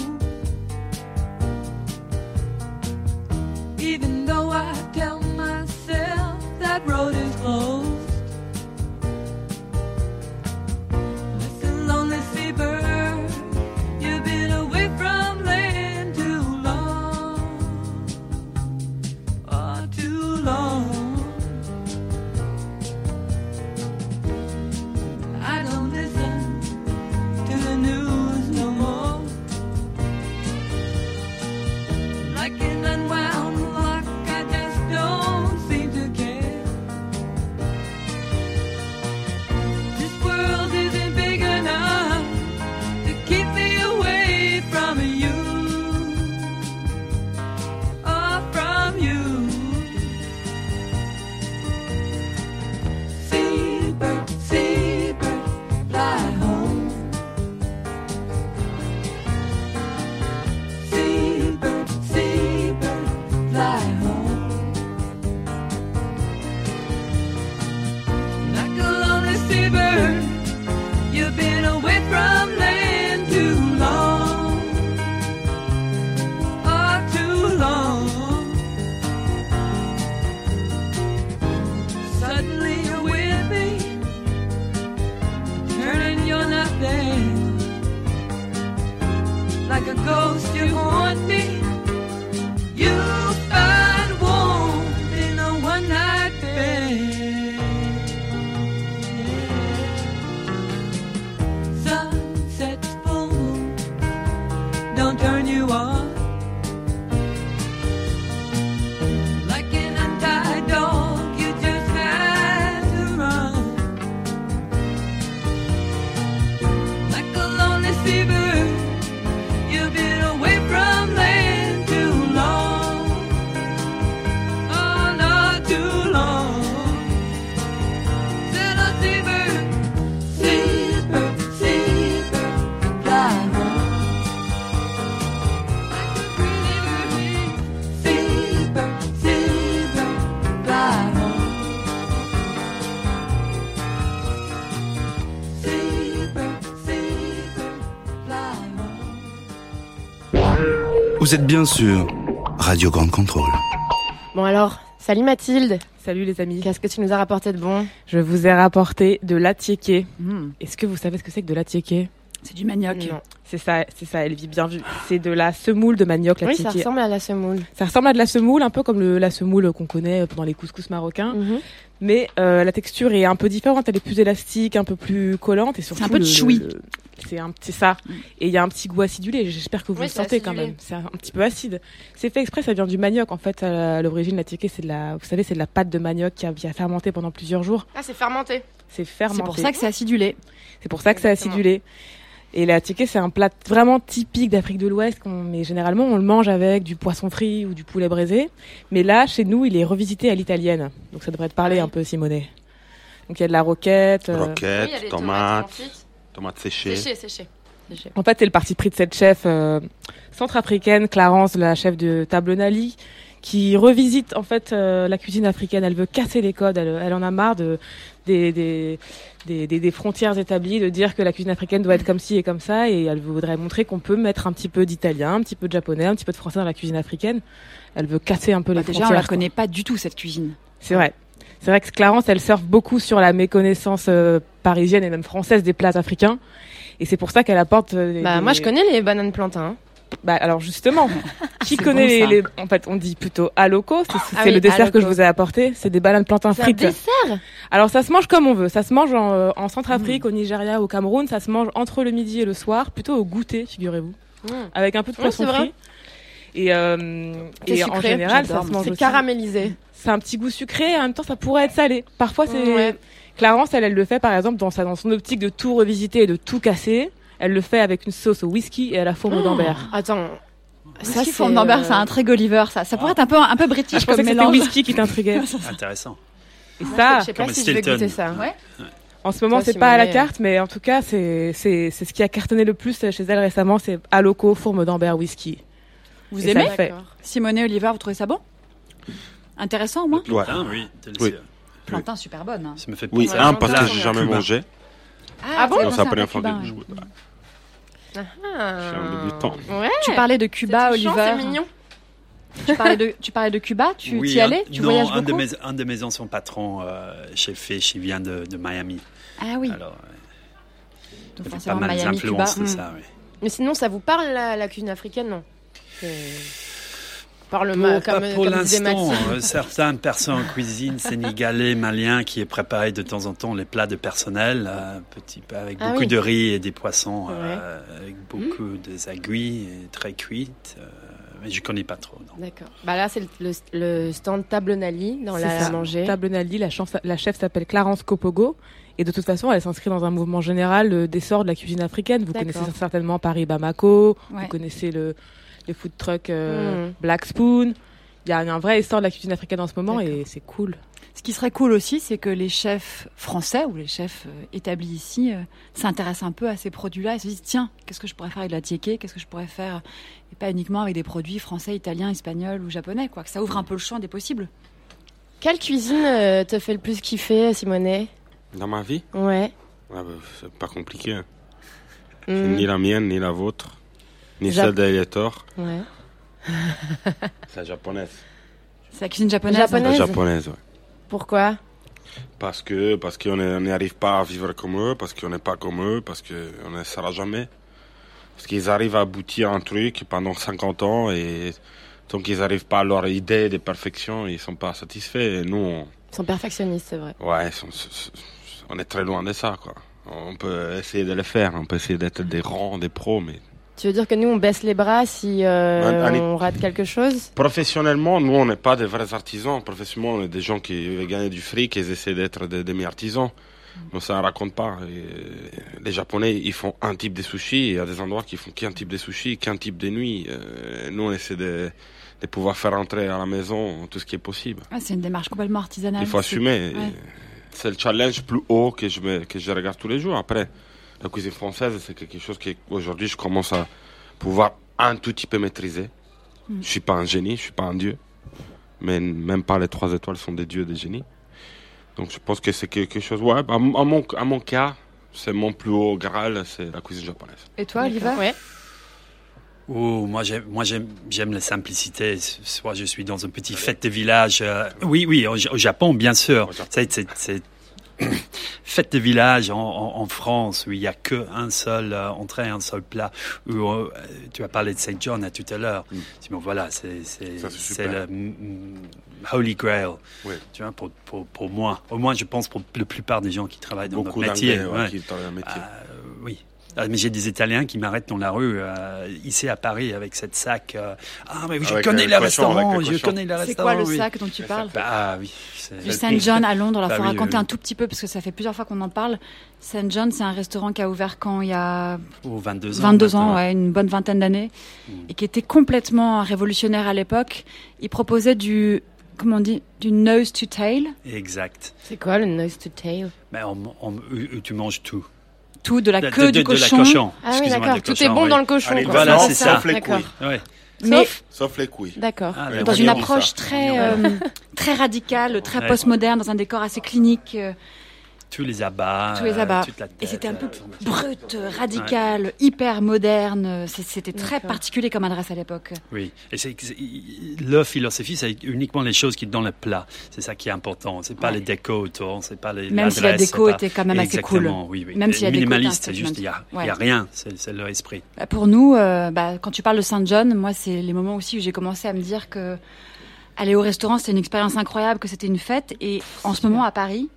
[SPEAKER 12] Even though I tell myself that road is closed. Listen, lonely seabird, you've been away from land too long. Oh, too long. I don't listen to the news no more. Like an unwound clock, I just don't seem to care. This world isn't big enough to keep me away from you. Or from you. Seabird, seabird, fly home. Seabird, seabird, fly home. Like a lonely seabird, you've been away from land too long. Oh, too long. Suddenly you're with me, turning you're not there. Like a ghost, you haunt me. You find warmth in a one night bed. Sunset's full moon, don't turn you on. Like an untied dog, you just had to run. Like a lonely seabird, you've been away from land too long. Oh, not too long. Little seabird, seabird, seabird, fly home. Seabird, seabird, fly home. Seabird, seabird, fly home.
[SPEAKER 13] Vous êtes bien sûr Radio Grande Contrôle.
[SPEAKER 4] Bon alors, salut Mathilde.
[SPEAKER 11] Salut les amis.
[SPEAKER 4] Qu'est-ce que tu nous as rapporté de bon
[SPEAKER 10] Hmm.
[SPEAKER 11] Je vous ai rapporté de l'attiéké. Est-ce que vous savez ce que c'est que de l'attiéké
[SPEAKER 3] C'est du manioc.
[SPEAKER 11] Non, c'est ça, c'est ça, elle vit bien vu. C'est de la semoule de manioc, la
[SPEAKER 4] Oui,
[SPEAKER 11] petite
[SPEAKER 4] ça
[SPEAKER 11] qui-
[SPEAKER 4] ressemble à la semoule.
[SPEAKER 3] Mm.
[SPEAKER 11] Ça ressemble à de la semoule, un peu comme le- la semoule qu'on connaît pendant les couscous marocains.
[SPEAKER 3] Mm-hmm.
[SPEAKER 11] Mais euh, la texture est un peu différente, elle est plus élastique, un peu plus collante et surtout.
[SPEAKER 3] un peu de Mm.
[SPEAKER 11] le-
[SPEAKER 3] choui.
[SPEAKER 11] le- C'est un petit ça. Et il y a un petit goût acidulé, j'espère que vous
[SPEAKER 4] Oui,
[SPEAKER 11] le
[SPEAKER 4] c'est
[SPEAKER 11] sentez quand
[SPEAKER 4] acidulé.
[SPEAKER 11] même. C'est un petit peu acide. C'est fait exprès, ça vient du manioc. En fait, à l'origine, la tiquée, c'est de la, vous savez, c'est de la pâte de manioc qui a, qui a fermenté pendant plusieurs jours.
[SPEAKER 4] Ah, c'est fermenté.
[SPEAKER 11] C'est fermenté.
[SPEAKER 3] C'est pour ça que c'est acidulé.
[SPEAKER 11] C'est pour ça que c'est acidulé. Et la tiquée, c'est un plat vraiment typique d'Afrique de l'Ouest, qu'on- mais généralement on le mange avec du poisson frit ou du poulet braisé. Mais là, chez nous, il est revisité à l'italienne. Donc ça devrait te parler un peu, Simonet. Donc il y a de la roquette. euh,
[SPEAKER 6] Roquette, tomates, tomates séchées.
[SPEAKER 4] séché.
[SPEAKER 11] En fait, c'est le parti pris de cette chef euh, centrafricaine, Clarence, la chef de Table Nali, qui revisite en fait euh, la cuisine africaine. Elle veut casser les codes. Elle, elle en a marre de des, des, des, des- des frontières établies, de dire que la cuisine africaine doit être comme ci et comme ça. Et elle voudrait montrer qu'on peut mettre un petit peu d'italien, un petit peu de japonais, un petit peu de français dans la cuisine africaine. Elle veut casser un peu
[SPEAKER 3] Bah,
[SPEAKER 11] les
[SPEAKER 3] déjà, on
[SPEAKER 11] frontières.
[SPEAKER 3] la connaît pas du tout cette cuisine.
[SPEAKER 11] C'est vrai. C'est vrai que Clarence, elle surfe beaucoup sur la méconnaissance euh, parisienne et même française des plats africains. Et c'est pour ça qu'elle apporte. euh, des-
[SPEAKER 4] Bah, moi,
[SPEAKER 11] des-
[SPEAKER 4] je connais les bananes plantains.
[SPEAKER 11] bah alors justement, qui connaît
[SPEAKER 4] Ah, bon,
[SPEAKER 11] les,
[SPEAKER 4] ça.
[SPEAKER 11] les- en fait on dit plutôt aloco, c'est c'est
[SPEAKER 4] Ah oui,
[SPEAKER 11] le dessert
[SPEAKER 4] aloco.
[SPEAKER 11] que je vous ai apporté, c'est des bananes plantains
[SPEAKER 4] C'est un
[SPEAKER 11] frites.
[SPEAKER 4] dessert
[SPEAKER 11] Alors ça se mange comme on veut, ça se mange en, euh, en
[SPEAKER 4] Mm.
[SPEAKER 11] Centrafrique, au Nigeria, au Cameroun, ça se mange entre le midi et le soir, plutôt au goûter, figurez-vous,
[SPEAKER 4] Mmh.
[SPEAKER 11] avec un peu de
[SPEAKER 4] Ouais,
[SPEAKER 11] poisson
[SPEAKER 4] c'est vrai.
[SPEAKER 11] frit. Et, euh,
[SPEAKER 4] C'est
[SPEAKER 11] et en
[SPEAKER 4] sucré,
[SPEAKER 11] général, ça
[SPEAKER 4] j'adore,
[SPEAKER 11] se
[SPEAKER 4] moi.
[SPEAKER 11] mange
[SPEAKER 4] C'est
[SPEAKER 11] aussi.
[SPEAKER 4] caramélisé. Mm,
[SPEAKER 11] C'est un petit goût sucré et en même temps ça pourrait être salé. Parfois c'est
[SPEAKER 4] Ouais.
[SPEAKER 11] Clarence, elle, elle le fait par exemple dans sa dans son optique de tout revisiter et de tout casser. Elle le fait avec une sauce au whisky et à la fourme
[SPEAKER 4] Oh,
[SPEAKER 11] d'Ambert.
[SPEAKER 4] Attends.
[SPEAKER 3] Ça, qui
[SPEAKER 4] c'est,
[SPEAKER 3] forme d'Amber,
[SPEAKER 4] euh,
[SPEAKER 3] c'est un très Gulliver, ça. Ça pourrait être un peu, un peu british
[SPEAKER 11] Je pensais
[SPEAKER 3] comme
[SPEAKER 11] que c'était
[SPEAKER 3] mélange.
[SPEAKER 11] le whisky qui t'intriguait.
[SPEAKER 9] Intéressant.
[SPEAKER 11] Et
[SPEAKER 4] Ah,
[SPEAKER 11] ça,
[SPEAKER 4] je sais pas Comme si je vais Stilton. goûter ça. Ouais.
[SPEAKER 11] En ce moment,
[SPEAKER 4] Toi,
[SPEAKER 11] c'est pas à la
[SPEAKER 4] Simonet.
[SPEAKER 11] carte, mais en tout cas, c'est c'est c'est ce qui a cartonné le plus euh, chez elle récemment, c'est Aloco, fourme d'Ambert, whisky.
[SPEAKER 3] Vous
[SPEAKER 11] Et ça
[SPEAKER 3] aimez
[SPEAKER 11] le fait.
[SPEAKER 3] Simonet Oliver, vous trouvez ça bon Intéressant au moins
[SPEAKER 6] Ouais.
[SPEAKER 9] Plantain, Hein, oui,
[SPEAKER 6] Oui.
[SPEAKER 3] Plantain, super bonne. hein.
[SPEAKER 9] Ça me fait
[SPEAKER 6] Oui,
[SPEAKER 9] penser à
[SPEAKER 6] un
[SPEAKER 9] un
[SPEAKER 6] parce que
[SPEAKER 9] plat
[SPEAKER 6] j'ai jamais
[SPEAKER 9] cubain.
[SPEAKER 6] mangé.
[SPEAKER 3] Ah,
[SPEAKER 6] bon
[SPEAKER 3] bon
[SPEAKER 6] C'est la première fois que je goûte. Je suis un débutant.
[SPEAKER 4] Ah, Ouais.
[SPEAKER 3] Tu parlais de Cuba,
[SPEAKER 4] touchant,
[SPEAKER 3] Oliver.
[SPEAKER 4] c'est mignon.
[SPEAKER 3] Tu parlais de, tu parlais de Cuba, tu
[SPEAKER 9] Oui,
[SPEAKER 3] y
[SPEAKER 9] un-
[SPEAKER 3] allais Tu
[SPEAKER 9] non,
[SPEAKER 3] voyages
[SPEAKER 9] un de,
[SPEAKER 3] beaucoup
[SPEAKER 9] mes, un de mes anciens patrons euh, chez Fish, il vient de, de Miami.
[SPEAKER 3] Ah oui.
[SPEAKER 9] Alors, euh,
[SPEAKER 3] Donc,
[SPEAKER 9] il y a pas
[SPEAKER 3] forcément,
[SPEAKER 9] mal
[SPEAKER 3] Miami,
[SPEAKER 9] d'influences
[SPEAKER 3] Cuba.
[SPEAKER 9] de
[SPEAKER 3] Mm.
[SPEAKER 9] ça, oui.
[SPEAKER 4] Mais sinon, ça vous parle la, la cuisine africaine, non Parle
[SPEAKER 3] Bah,
[SPEAKER 9] Bon,
[SPEAKER 4] moi
[SPEAKER 9] pas
[SPEAKER 4] comme,
[SPEAKER 3] euh,
[SPEAKER 9] pour
[SPEAKER 4] comme disait
[SPEAKER 9] l'instant,
[SPEAKER 4] Maxime.
[SPEAKER 9] euh, certaines personnes en cuisine sénégalais, maliens, qui est préparé de temps en temps les plats de personnel, euh, petit peu avec
[SPEAKER 4] Ah
[SPEAKER 9] beaucoup
[SPEAKER 4] oui.
[SPEAKER 9] de riz et des poissons, euh, avec beaucoup
[SPEAKER 3] Hmm.
[SPEAKER 9] des aiguilles et très cuites. euh, mais je connais pas trop. non.
[SPEAKER 4] D'accord. Bah là, c'est le, le- le stand Table Nali dans
[SPEAKER 11] C'est
[SPEAKER 4] la
[SPEAKER 11] ça.
[SPEAKER 4] manger.
[SPEAKER 11] Table Nali, la, chef- la chef s'appelle Clarence Copogo. Et de toute façon, elle s'inscrit dans un mouvement général euh, d'essor de la cuisine africaine. Vous
[SPEAKER 4] D'accord.
[SPEAKER 11] connaissez certainement Paris Bamako,
[SPEAKER 4] Ouais.
[SPEAKER 11] vous connaissez le, les food trucks euh,
[SPEAKER 3] Mm.
[SPEAKER 11] Black Spoon. Il y a un vrai essor de la cuisine africaine en ce moment et c'est cool.
[SPEAKER 3] Ce qui serait cool aussi, c'est que les chefs français ou les chefs euh, établis ici euh, s'intéressent un peu à ces produits-là et se disent tiens, qu'est-ce que je pourrais faire avec de la tiéké Qu'est-ce que je pourrais faire Et pas uniquement avec des produits français, italiens, espagnols ou japonais, quoi. Que ça ouvre un peu le champ des possibles.
[SPEAKER 4] Quelle cuisine euh, te fait le plus kiffer, Simonet
[SPEAKER 6] Dans ma vie
[SPEAKER 4] Ouais.
[SPEAKER 6] Ah bah, C'est pas compliqué. C'est
[SPEAKER 4] Mm.
[SPEAKER 6] Ni la mienne, ni la vôtre. Ni
[SPEAKER 4] Jap-
[SPEAKER 6] celle d'Eliator.
[SPEAKER 4] Ouais.
[SPEAKER 6] C'est la japonaise.
[SPEAKER 3] C'est la cuisine japonaise.
[SPEAKER 6] La japonaise, ouais.
[SPEAKER 4] Pourquoi
[SPEAKER 6] Parce que parce qu'on est- on n'y arrive pas à vivre comme eux, parce qu'on n'est pas comme eux, parce qu'on ne sera jamais. Parce qu'ils arrivent à aboutir à un truc pendant 50 ans et tant qu'ils n'arrivent pas à leur idée de perfection, ils sont pas satisfaits. Et nous, on,
[SPEAKER 4] Ils sont perfectionnistes, c'est vrai.
[SPEAKER 6] ouais, ils sont- on est très loin de ça, quoi. On peut essayer de le faire, on peut essayer d'être des rangs, des pros, mais
[SPEAKER 4] Tu veux dire que nous, on baisse les bras si euh,
[SPEAKER 6] Un- un-
[SPEAKER 4] on rate quelque chose
[SPEAKER 6] Professionnellement, nous, on n'est pas des vrais artisans. Professionnellement, on est des gens qui veulent gagner du fric et ils essaient d'être des demi-artisans. Donc ça ne raconte pas. Et les Japonais, ils font un type de sushi. et Il y a des endroits qui font qu'un type de sushi, qu'un type de nuit. Euh, Nous, on essaie de, de pouvoir faire entrer à la maison tout ce qui est possible.
[SPEAKER 3] Ah, c'est une démarche complètement artisanale.
[SPEAKER 6] Il faut
[SPEAKER 3] C'est-
[SPEAKER 6] assumer.
[SPEAKER 3] Ouais.
[SPEAKER 6] C'est le challenge plus haut que je, me- que je regarde tous les jours. Après, la cuisine française, c'est quelque chose qu'aujourd'hui, je commence à pouvoir un tout petit peu maîtriser.
[SPEAKER 3] Mm.
[SPEAKER 6] Je suis pas un génie, je suis pas un dieu. Mais n- même pas les trois étoiles sont des dieux, des génies. Donc je pense que c'est quelque chose. Ouais, à, mon- à mon, à mon cas, c'est mon plus haut graal, c'est la cuisine japonaise.
[SPEAKER 3] Et toi, Oliver
[SPEAKER 9] Oh, moi j'aime, moi j'aime, j'aime la simplicité. Soit je suis dans une petite fête de village. euh, oui, oui, au, Ja- au Japon, bien sûr. C'est, c'est, c'est fêtes de village en, en- en France où il n'y a qu'un seul euh, entrée, un seul plat. Où, euh, tu as parlé de Saint John à tout à l'heure. Sinon, voilà, c'est c'est- c'est
[SPEAKER 6] super.
[SPEAKER 9] le mm, mm, Holy Grail.
[SPEAKER 6] Oui.
[SPEAKER 9] Tu vois, pour, pour, pour moi. Au moins, je pense pour la plupart des gens qui travaillent dans
[SPEAKER 6] Beaucoup
[SPEAKER 9] notre métier.
[SPEAKER 6] d'Anglais, ouais,
[SPEAKER 9] ouais.
[SPEAKER 6] qui travaillent dans le métier.
[SPEAKER 9] Euh, oui. Ah, mais j'ai des Italiens qui m'arrêtent dans la rue, euh, ici à Paris, avec cette sac. euh, ah, mais je
[SPEAKER 6] Avec
[SPEAKER 9] connais
[SPEAKER 6] le
[SPEAKER 9] le
[SPEAKER 6] cochon,
[SPEAKER 9] restaurant,
[SPEAKER 6] avec le
[SPEAKER 9] je
[SPEAKER 6] cochon.
[SPEAKER 9] connais le
[SPEAKER 3] C'est
[SPEAKER 9] restaurant.
[SPEAKER 3] quoi le
[SPEAKER 9] oui.
[SPEAKER 3] sac dont tu parles
[SPEAKER 9] Bah, ah oui. c'est-
[SPEAKER 3] Du Saint John à Londres, il
[SPEAKER 9] Bah
[SPEAKER 3] faut
[SPEAKER 9] oui,
[SPEAKER 3] raconter
[SPEAKER 9] oui.
[SPEAKER 3] un tout petit peu parce que ça fait plusieurs fois qu'on en parle. Saint John, c'est un restaurant qui a ouvert quand il y a
[SPEAKER 9] Ou 22 ans.
[SPEAKER 3] 22 ans,
[SPEAKER 9] maintenant. Mm.
[SPEAKER 3] ouais, une bonne vingtaine d'années, et qui était complètement révolutionnaire à l'époque. Il proposait du, comment on dit, du nose to tail,
[SPEAKER 9] Exact.
[SPEAKER 4] C'est quoi le nose to tail
[SPEAKER 9] Mais on- on- où- où tu manges tout.
[SPEAKER 3] tout de la
[SPEAKER 9] De- de-
[SPEAKER 3] queue
[SPEAKER 9] de-
[SPEAKER 3] du
[SPEAKER 9] de la
[SPEAKER 3] cochon.
[SPEAKER 9] cochon.
[SPEAKER 4] Ah oui,
[SPEAKER 9] Excuse-moi,
[SPEAKER 4] d'accord.
[SPEAKER 9] du
[SPEAKER 4] Tout est
[SPEAKER 9] cochon,
[SPEAKER 4] bon
[SPEAKER 9] oui.
[SPEAKER 4] dans le cochon,
[SPEAKER 6] Allez,
[SPEAKER 4] quoi.
[SPEAKER 9] Voilà,
[SPEAKER 6] sauf-
[SPEAKER 9] c'est ça.
[SPEAKER 6] Sauf les couilles.
[SPEAKER 9] Ouais.
[SPEAKER 3] Mais-
[SPEAKER 6] Sauf les couilles.
[SPEAKER 4] D'accord.
[SPEAKER 9] Ah,
[SPEAKER 3] dans
[SPEAKER 9] on
[SPEAKER 3] une
[SPEAKER 9] est bon,
[SPEAKER 3] approche
[SPEAKER 9] ça.
[SPEAKER 3] très,
[SPEAKER 9] On est
[SPEAKER 3] euh, très radicale, très
[SPEAKER 9] Ouais.
[SPEAKER 3] postmoderne, dans un décor assez clinique, euh,
[SPEAKER 9] Tous les abats.
[SPEAKER 3] tous les abats.
[SPEAKER 9] euh, toute la tête,
[SPEAKER 3] Et c'était un peu
[SPEAKER 9] euh,
[SPEAKER 3] brut, euh, radical, hyper moderne. euh, c'est- C'était très particulier comme adresse à l'époque.
[SPEAKER 9] Oui, et c'est c'est- le philosophie, c'est uniquement les choses qui sont dans le plat. C'est ça qui est important. C'est pas les décos autour, c'est pas les.
[SPEAKER 3] Même si la
[SPEAKER 9] l'adresse,
[SPEAKER 3] déco
[SPEAKER 9] c'est pas-
[SPEAKER 3] était quand même assez cool.
[SPEAKER 9] Exactement, Oui, oui.
[SPEAKER 3] Même si la déco était un
[SPEAKER 9] minimaliste, c'est juste il y a,
[SPEAKER 3] statement.
[SPEAKER 9] il y a
[SPEAKER 3] Ouais.
[SPEAKER 9] rien, c'est c'est leur esprit.
[SPEAKER 3] Bah, Pour nous, euh, bah, quand tu parles de Saint-John, moi, c'est les moments aussi où j'ai commencé à me dire que aller au restaurant, c'était une expérience incroyable, que c'était une fête. Et en ce moment, à Paris,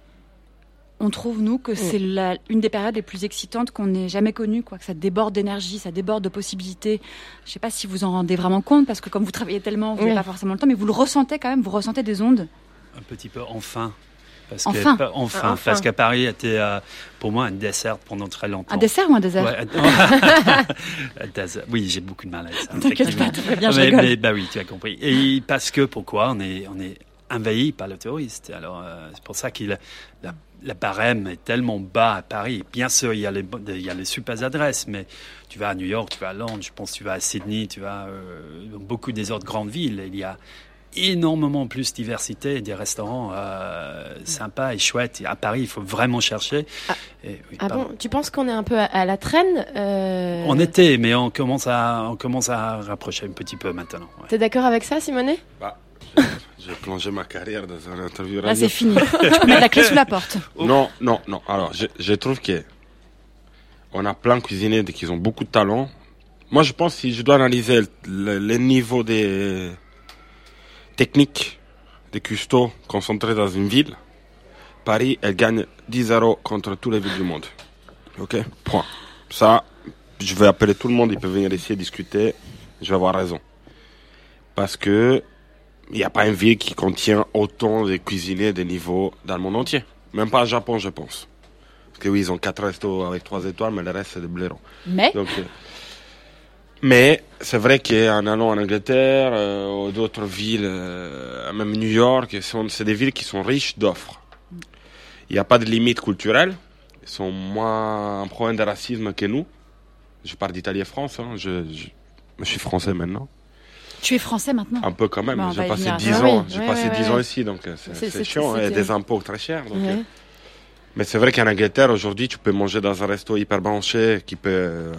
[SPEAKER 3] on trouve, nous, que c'est la- une des périodes les plus excitantes qu'on ait jamais connues, quoi. Que ça déborde d'énergie, ça déborde de possibilités. Je sais pas si vous en rendez vraiment compte, parce que comme vous travaillez tellement, vous n'avez
[SPEAKER 9] Oui.
[SPEAKER 3] pas forcément le temps, mais vous le ressentez quand même, vous ressentez des ondes.
[SPEAKER 9] Un petit peu enfin. Parce
[SPEAKER 3] Enfin.
[SPEAKER 9] Que, pas- enfin,
[SPEAKER 3] Ah, enfin.
[SPEAKER 9] Parce qu'à Paris était euh, pour moi un dessert pendant très longtemps.
[SPEAKER 3] Un dessert ou un désert
[SPEAKER 9] Ouais, un- un dessert. Oui, j'ai beaucoup de mal avec ça.
[SPEAKER 3] T'inquiète
[SPEAKER 9] effectivement.
[SPEAKER 3] pas, tout va bien, je
[SPEAKER 9] mais,
[SPEAKER 3] rigole.
[SPEAKER 9] mais, bah oui, tu as compris. Et parce que pourquoi on est, on est envahi par le touriste. Alors euh, c'est pour ça qu'il la, la barème est tellement bas à Paris. Bien sûr, il y a les, bonnes- il y a les super adresses, mais tu vas à New York, tu vas à Londres, je pense, que tu vas à Sydney, tu vas euh, dans beaucoup des autres grandes villes. Il y a énormément plus de diversité et des restaurants euh, sympas et chouettes. Et à Paris, il faut vraiment chercher. Et- oui,
[SPEAKER 4] Ah
[SPEAKER 9] pardon.
[SPEAKER 4] bon Tu penses qu'on est un peu à, à la traîne euh,
[SPEAKER 9] On était, mais on commence à, on commence à rapprocher un petit peu maintenant. ouais.
[SPEAKER 4] T'es d'accord avec ça, Simonet
[SPEAKER 6] Bah, J'ai plongé ma carrière dans un interview
[SPEAKER 4] Là,
[SPEAKER 6] radio.
[SPEAKER 4] c'est fini. Tu peux mettre la clé sous la porte.
[SPEAKER 6] Non, non, non. Alors, je, je trouve que on a plein de cuisiniers qui ont beaucoup de talent. Moi, je pense que si je dois analyser le- le- les niveaux des techniques des custos concentrés dans une ville, Paris, elle gagne 10-0 contre toutes les villes du monde. Ok Point. Ça, je vais appeler tout le monde, ils peuvent venir ici et discuter. Je vais avoir raison. Parce que il n'y a pas une ville qui contient autant de cuisiniers de niveau dans le monde entier. Même pas au Japon, je pense. Parce que oui, ils ont quatre restos avec trois étoiles, mais le reste, c'est des blaireaux.
[SPEAKER 4] Mais
[SPEAKER 6] Donc, euh, mais c'est vrai qu'en allant en Angleterre, euh, ou d'autres villes, euh, même New York, sont- c'est des villes qui sont riches d'offres. Il n'y a pas de limite culturelle. Ils sont moins en problème de racisme que nous. Je parle d'Italie et France. hein. Je- je- je suis français maintenant.
[SPEAKER 3] Tu es français maintenant
[SPEAKER 6] Un peu quand même.
[SPEAKER 3] Bon, on
[SPEAKER 6] j'ai
[SPEAKER 3] va y
[SPEAKER 6] passé
[SPEAKER 3] venir.
[SPEAKER 6] 10
[SPEAKER 3] Ah oui,
[SPEAKER 6] ans, j'ai
[SPEAKER 3] ouais,
[SPEAKER 6] passé
[SPEAKER 3] ouais,
[SPEAKER 6] 10
[SPEAKER 3] ouais.
[SPEAKER 6] ans ici, donc euh, c'est,
[SPEAKER 3] C'est-
[SPEAKER 6] c'est
[SPEAKER 3] c'est- Mm.
[SPEAKER 6] chiant.
[SPEAKER 3] c'est
[SPEAKER 6] Et
[SPEAKER 3] clair.
[SPEAKER 6] des impôts très chers. donc,
[SPEAKER 3] Ouais.
[SPEAKER 6] euh. Mais c'est vrai qu'en Angleterre, aujourd'hui, tu peux manger dans un resto hyper branché qui peut euh,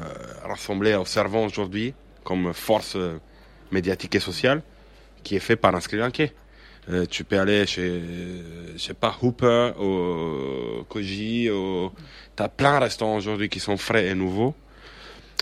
[SPEAKER 6] rassembler aux servants aujourd'hui comme force euh, médiatique et sociale qui est fait par un Sri Lankais. Euh, tu peux aller chez, euh, je sais pas, Hooper, au Koji, au... t'as plein de restaurants aujourd'hui qui sont frais et nouveaux.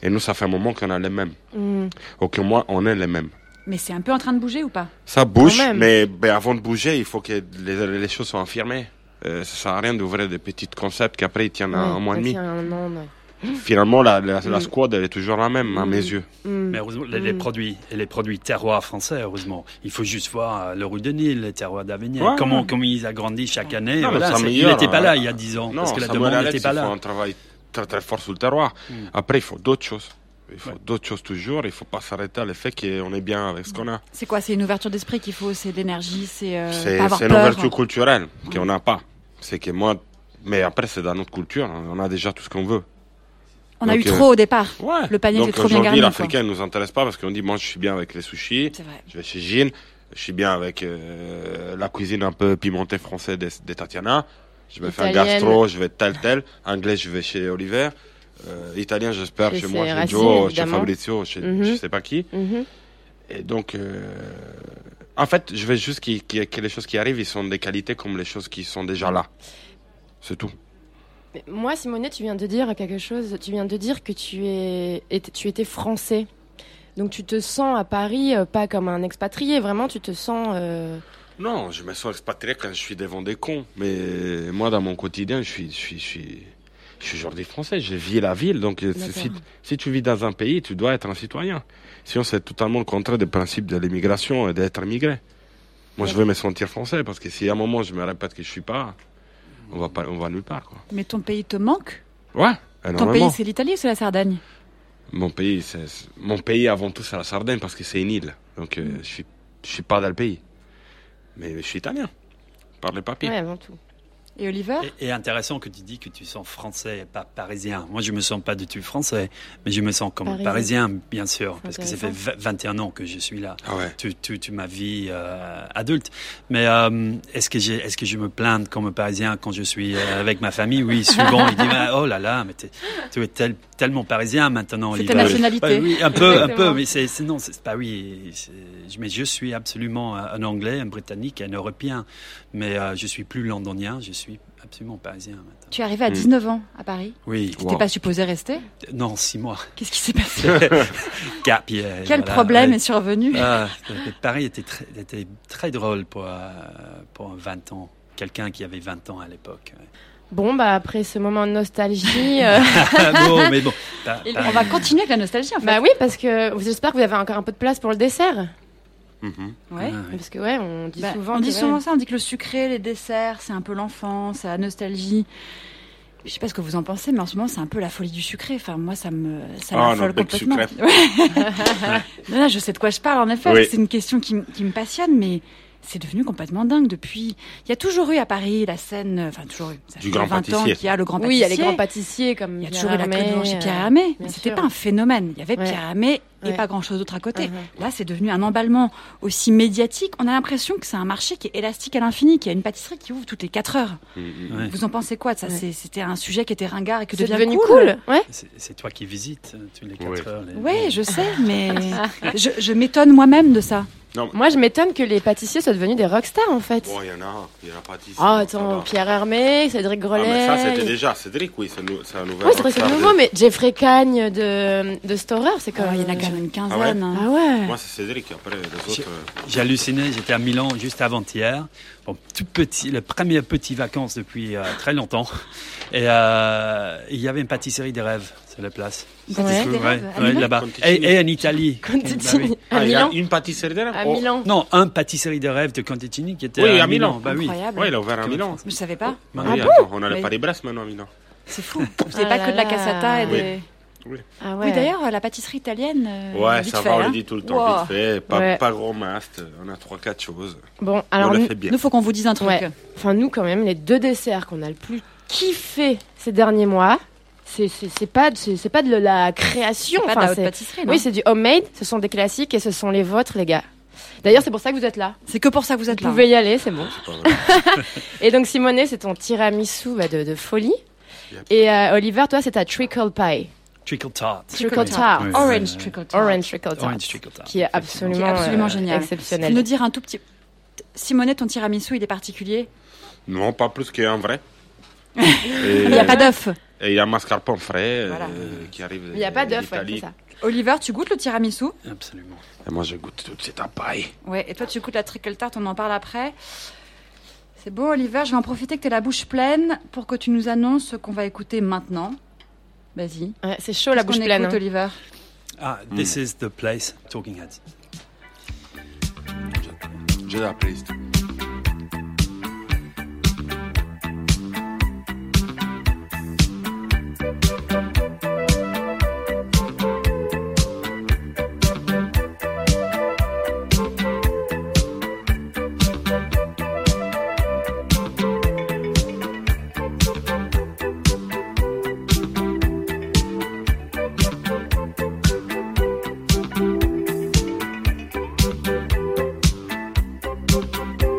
[SPEAKER 6] Et nous, ça fait un moment qu'on a les mêmes.
[SPEAKER 3] Hmm.
[SPEAKER 6] Ou que moi, on est les mêmes.
[SPEAKER 3] Mais c'est un peu en train de bouger ou pas
[SPEAKER 6] Ça bouge,
[SPEAKER 3] Quand même.
[SPEAKER 6] mais ben, avant de bouger, il faut que les, les choses soient affirmées. Euh, ça sert à rien d'ouvrir des petits concepts qu'après ils tiennent un,
[SPEAKER 4] Ouais,
[SPEAKER 6] mois et
[SPEAKER 4] ouais,
[SPEAKER 6] demi.
[SPEAKER 4] tiens, Un an, ouais.
[SPEAKER 6] Finalement, la, la, la
[SPEAKER 4] Mm.
[SPEAKER 6] squad, elle est toujours la même,
[SPEAKER 9] Mm.
[SPEAKER 6] à mes yeux.
[SPEAKER 4] Hmm.
[SPEAKER 9] Mais heureusement, les, les
[SPEAKER 6] Mm.
[SPEAKER 9] produits et les produits terroirs français, heureusement. Il faut juste voir euh, le rue de Nil, les terroirs d'Avignon,
[SPEAKER 6] Ouais.
[SPEAKER 9] comment, comment ils agrandissent chaque année.
[SPEAKER 6] Non, mais
[SPEAKER 9] Voilà,
[SPEAKER 6] ça
[SPEAKER 9] c'est- il
[SPEAKER 6] meilleur,
[SPEAKER 9] n'était pas
[SPEAKER 6] hein.
[SPEAKER 9] là il y a 10 ans,
[SPEAKER 6] Non,
[SPEAKER 9] parce que la
[SPEAKER 6] Samuel
[SPEAKER 9] demande
[SPEAKER 6] Alex,
[SPEAKER 9] n'était pas
[SPEAKER 6] il faut
[SPEAKER 9] là. Mm.
[SPEAKER 6] un travail très très fort sur le terroir. Après, il faut d'autres choses. Il faut d'autres choses toujours. Il faut pas s'arrêter à l'effet qu'on est bien avec ce qu'on
[SPEAKER 9] Euh,
[SPEAKER 6] a.
[SPEAKER 3] C'est quoi C'est une ouverture d'esprit qu'il faut, c'est de l'énergie, c'est euh,
[SPEAKER 6] C'est
[SPEAKER 3] pas avoir
[SPEAKER 6] c'est une
[SPEAKER 3] peur.
[SPEAKER 6] ouverture culturelle qu'on n'a pas. C'est que moi, mais après, c'est dans notre culture. hein. On a déjà tout ce qu'on veut.
[SPEAKER 3] On a
[SPEAKER 6] Donc,
[SPEAKER 3] eu
[SPEAKER 6] euh,
[SPEAKER 3] trop au départ. Le panier était
[SPEAKER 6] Donc
[SPEAKER 3] trop bien
[SPEAKER 6] aujourd'hui,
[SPEAKER 3] garni. quoi.
[SPEAKER 6] l'africain ne nous intéresse pas parce qu'on dit moi je suis bien avec les sushis, je vais chez Jean, je suis bien avec euh, la cuisine un peu pimentée française des, des Tatiana, je vais faire
[SPEAKER 4] Italienne.
[SPEAKER 6] gastro, je vais tel tel, anglais je vais chez Oliver, euh, italien j'espère
[SPEAKER 4] Chez
[SPEAKER 6] chez moi, chez
[SPEAKER 4] Serracine,
[SPEAKER 6] Joe, chez
[SPEAKER 4] évidemment.
[SPEAKER 6] Fabrizio, chez
[SPEAKER 4] Mhm.
[SPEAKER 6] je sais pas qui.
[SPEAKER 4] Mhm.
[SPEAKER 6] Et donc, euh, en fait, je veux juste qu'il- qu'il- que les choses qui arrivent, ils sont des qualités comme les choses qui sont déjà là. C'est tout.
[SPEAKER 4] Mais Moi, Simonet, tu viens de dire quelque chose. Tu viens de dire que tu, es, et- tu étais français. Donc tu te sens à Paris euh, pas comme un expatrié, vraiment, tu te sens. euh,
[SPEAKER 6] Non, je me sens expatrié quand je suis devant des cons. Mais moi, dans mon quotidien, je suis, je suis, je suis, je suis aujourd'hui français. Je vis la ville. Donc, euh,
[SPEAKER 4] D'accord.
[SPEAKER 6] si, si tu vis dans un pays, tu dois être un citoyen. Sinon, c'est totalement le contraire des principes de l'immigration et d'être immigré. Moi, je veux me sentir français parce que si à un moment je me répète que je suis pas, on va pas, on va nulle part, quoi.
[SPEAKER 3] Mais ton pays te manque
[SPEAKER 6] Ouais.
[SPEAKER 9] Bah,
[SPEAKER 3] Ton
[SPEAKER 6] énormément.
[SPEAKER 3] pays, c'est l'Italie ou c'est la Sardaigne
[SPEAKER 6] Mon pays, c'est c'est- mon pays avant tout, c'est la Sardaigne parce que c'est une île. Donc,
[SPEAKER 3] Mm.
[SPEAKER 6] euh, je suis, je suis pas dans le pays. Mais je suis italien. Par les papiers.
[SPEAKER 4] avant tout.
[SPEAKER 3] Et Oliver
[SPEAKER 9] Et, et intéressant que tu dis que tu sens français et pas parisien. Moi, je me sens pas du tout français, mais je me sens comme
[SPEAKER 14] Parisien.
[SPEAKER 9] parisien, bien sûr, parce que ça fait
[SPEAKER 14] intéressant.
[SPEAKER 9] v- 21 ans que je suis là.
[SPEAKER 6] Ah ouais.
[SPEAKER 9] Tu, tu, tu ma vie euh, adulte. Mais euh, est-ce que j'ai, est-ce que je me plains comme parisien quand je suis euh, avec ma famille Oui, souvent. ils disent Ah, oh là là, mais t'es- tu es tel- tellement parisien maintenant.
[SPEAKER 3] C'est
[SPEAKER 9] Oliver.
[SPEAKER 3] ta nationalité.
[SPEAKER 9] Bah oui, un peu, un peu,
[SPEAKER 3] Exactement.
[SPEAKER 9] mais c'est, c'est- non, c'est pas oui. c'est- mais je suis absolument un Anglais, un Britannique, un Européen. Mais euh, je suis plus londonien, je suis absolument parisien maintenant.
[SPEAKER 3] Tu es arrivé à
[SPEAKER 9] Mm.
[SPEAKER 3] 19 ans à Paris.
[SPEAKER 9] Oui.
[SPEAKER 3] Tu n'étais pas supposé rester.
[SPEAKER 9] Non, six mois.
[SPEAKER 3] Qu'est-ce qui s'est passé
[SPEAKER 9] Gap year,
[SPEAKER 3] Quel
[SPEAKER 9] voilà.
[SPEAKER 3] problème
[SPEAKER 9] Ouais.
[SPEAKER 3] est survenu
[SPEAKER 9] Ah, Paris était très, était très drôle pour, euh, pour un 20 ans. Quelqu'un qui avait 20 ans à l'époque.
[SPEAKER 4] Bon, bah après ce moment de nostalgie. euh,
[SPEAKER 9] bon, mais bon. Pa-
[SPEAKER 4] il-
[SPEAKER 9] Paris-
[SPEAKER 4] avec la nostalgie en fait. Bah oui, parce que j'espère que vous avez encore un peu de place pour le dessert.
[SPEAKER 6] Mhm.
[SPEAKER 3] Ouais.
[SPEAKER 9] Ah,
[SPEAKER 4] Parce que ouais, on dit
[SPEAKER 3] Bah,
[SPEAKER 4] souvent.
[SPEAKER 3] on dit
[SPEAKER 4] que, ouais,
[SPEAKER 3] souvent ça, on dit que le sucré, les desserts, c'est un peu l'enfance, la nostalgie. Je sais pas ce que vous en pensez, mais en ce moment, c'est un peu la folie du sucré. Enfin, moi, ça me, ça
[SPEAKER 6] Ah,
[SPEAKER 3] m'affole
[SPEAKER 6] notre bec
[SPEAKER 3] complètement.
[SPEAKER 6] sucré.
[SPEAKER 3] Ouais. non, non, je sais de quoi je parle, en effet.
[SPEAKER 6] Oui.
[SPEAKER 3] parce que C'est une question qui, m- qui me passionne, mais c'est devenu complètement dingue depuis. Il y a toujours eu à Paris la scène, euh, enfin, toujours eu. Ça fait
[SPEAKER 6] Du grand
[SPEAKER 3] 20 ans
[SPEAKER 6] pâtissier.
[SPEAKER 3] qu'il y a le grand
[SPEAKER 4] Oui, il y
[SPEAKER 3] pâtissier.
[SPEAKER 4] a les grands pâtissiers comme euh,
[SPEAKER 3] Il y a toujours eu la Côte Blanche et Pierre Hermé, mais c'était pas un phénomène. Il y avait Pierre Hermé et
[SPEAKER 4] Ouais.
[SPEAKER 3] pas grand chose d'autre à côté.
[SPEAKER 4] Mhm.
[SPEAKER 3] Là, c'est devenu un emballement aussi médiatique. On a l'impression que c'est un marché qui est élastique à l'infini, qu'il y a une pâtisserie qui ouvre toutes les 4 heures.
[SPEAKER 9] Ouais.
[SPEAKER 3] Vous en pensez quoi de ça C'est- C'était un sujet qui était ringard et que
[SPEAKER 4] C'est
[SPEAKER 3] devient
[SPEAKER 4] devenu
[SPEAKER 3] cool.
[SPEAKER 9] C'est c'est toi qui visites euh, tous les 4 heures. les-
[SPEAKER 3] Oui, je sais, mais je, je m'étonne moi-même de ça.
[SPEAKER 4] Moi, je m'étonne que les pâtissiers soient devenus des rockstars en fait.
[SPEAKER 6] Bon, il y en a un, il y en a pas dix.
[SPEAKER 4] Oh,
[SPEAKER 3] Ah,
[SPEAKER 4] attends, Pierre Hermé, Cédric
[SPEAKER 6] Ah,
[SPEAKER 4] Grolet.
[SPEAKER 6] mais ça, c'était déjà Cédric, oui, c'est nou- c'est un nouvel.
[SPEAKER 4] Oui, c'est vrai que c'est
[SPEAKER 6] rockstar
[SPEAKER 4] nouveau,
[SPEAKER 6] de-
[SPEAKER 4] mais Jeffrey Cagne de, de Storer, c'est quand même. Il y en a quand
[SPEAKER 3] même une hein.
[SPEAKER 6] Ah ouais
[SPEAKER 4] Ah ouais.
[SPEAKER 6] Moi, c'est Cédric, après les autres. euh,
[SPEAKER 9] J'ai halluciné, j'étais à Milan juste avant-hier. Bon, tout petit, le premier petit vacances depuis euh, très longtemps. Et euh, il y avait une pâtisserie des rêves sur la place.
[SPEAKER 4] Une
[SPEAKER 9] C'était
[SPEAKER 4] pâtisserie
[SPEAKER 9] cool,
[SPEAKER 4] des
[SPEAKER 9] ouais,
[SPEAKER 4] rêves, à
[SPEAKER 9] ouais,
[SPEAKER 4] Milan
[SPEAKER 9] là-bas. Et,
[SPEAKER 4] Conticini.
[SPEAKER 9] et en Italie. Eh, bah
[SPEAKER 4] Conticini. À Ah, il y a Milan. une
[SPEAKER 6] pâtisserie des rêves Oh.
[SPEAKER 4] À Milan.
[SPEAKER 9] Non, un pâtisserie des rêves de Conticini qui était
[SPEAKER 6] Oui,
[SPEAKER 9] à,
[SPEAKER 6] à Milan.
[SPEAKER 9] Bah, oui.
[SPEAKER 3] Incroyable.
[SPEAKER 6] Ouais, il a ouvert à
[SPEAKER 9] Comme
[SPEAKER 6] Milan.
[SPEAKER 3] Je savais pas.
[SPEAKER 6] Bah
[SPEAKER 3] Ah
[SPEAKER 6] oui,
[SPEAKER 3] bon
[SPEAKER 6] attends, on a le
[SPEAKER 3] Mais
[SPEAKER 6] Paris-Brest maintenant à Milan.
[SPEAKER 3] C'est fou. On faisait
[SPEAKER 4] Ah
[SPEAKER 3] pas
[SPEAKER 4] là
[SPEAKER 3] que de la
[SPEAKER 4] là.
[SPEAKER 3] cassata et
[SPEAKER 4] Oui.
[SPEAKER 3] des.
[SPEAKER 6] Oui.
[SPEAKER 4] Ah
[SPEAKER 3] Oui, d'ailleurs, la pâtisserie italienne. euh,
[SPEAKER 6] Ouais,
[SPEAKER 3] vite
[SPEAKER 6] ça
[SPEAKER 3] fait,
[SPEAKER 6] va, on
[SPEAKER 3] hein.
[SPEAKER 6] le dit tout le temps,
[SPEAKER 3] Wow.
[SPEAKER 6] vite fait. Pas,
[SPEAKER 4] Ouais.
[SPEAKER 6] pas grand mast, on a 3-4 choses.
[SPEAKER 4] Bon, alors.
[SPEAKER 6] On
[SPEAKER 4] nous-
[SPEAKER 6] l'a fait bien.
[SPEAKER 4] nous,
[SPEAKER 3] faut qu'on vous dise un truc.
[SPEAKER 4] Ouais. Enfin, nous, quand même, les deux desserts qu'on a le plus kiffé ces derniers mois, c'est c'est- c'est pas, de- c'est c'est pas de la création.
[SPEAKER 3] C'est pas de
[SPEAKER 4] enfin,
[SPEAKER 3] la haute
[SPEAKER 4] c'est-
[SPEAKER 3] pâtisserie, non
[SPEAKER 4] Oui, c'est du homemade, ce sont des classiques et ce sont les vôtres, les gars. D'ailleurs, c'est pour ça que vous êtes là.
[SPEAKER 3] C'est que pour ça que vous êtes
[SPEAKER 4] vous
[SPEAKER 3] là.
[SPEAKER 4] pouvez y aller, c'est bon.
[SPEAKER 6] Ah,
[SPEAKER 4] et donc, Simonet, c'est ton tiramisu bah, de, de folie. Et euh, Oliver, toi, c'est ta trickle pie.
[SPEAKER 9] Trickle tart.
[SPEAKER 4] Trickle tart.
[SPEAKER 9] Oui,
[SPEAKER 4] Orange
[SPEAKER 9] oui, oui.
[SPEAKER 4] trickle tart. Orange trickle tart.
[SPEAKER 9] Orange trickle tart.
[SPEAKER 4] Qui est absolument,
[SPEAKER 3] Qui est absolument
[SPEAKER 4] euh,
[SPEAKER 3] génial.
[SPEAKER 4] exceptionnel.
[SPEAKER 3] Tu peux nous dire un tout petit. Simonet, ton tiramisu, il est particulier.
[SPEAKER 6] Non, pas plus qu'un vrai.
[SPEAKER 3] Il n'y a pas d'œuf.
[SPEAKER 6] Et il y a mascarpone frais euh, qui arrive.
[SPEAKER 3] Il n'y a pas d'œuf, ouais,
[SPEAKER 6] d'Italie.
[SPEAKER 3] c'est ça. Oliver, tu goûtes le tiramisu
[SPEAKER 9] Absolument.
[SPEAKER 6] Et moi, je goûte toutes ces tapailles.
[SPEAKER 3] Ouais, et toi, tu goûtes la trickle tart, on en parle après. C'est beau, Oliver, je vais en profiter que tu la bouche pleine pour que tu nous annonces ce qu'on va écouter maintenant. Vas-y.
[SPEAKER 4] c'est chaud, la
[SPEAKER 3] Qu'est-ce qu'on
[SPEAKER 4] bouche pleine,
[SPEAKER 3] écoute,
[SPEAKER 4] hein.
[SPEAKER 3] Oliver.
[SPEAKER 9] Ah, this is the place, Talking Heads.
[SPEAKER 6] J'ai la playlist.
[SPEAKER 12] Thank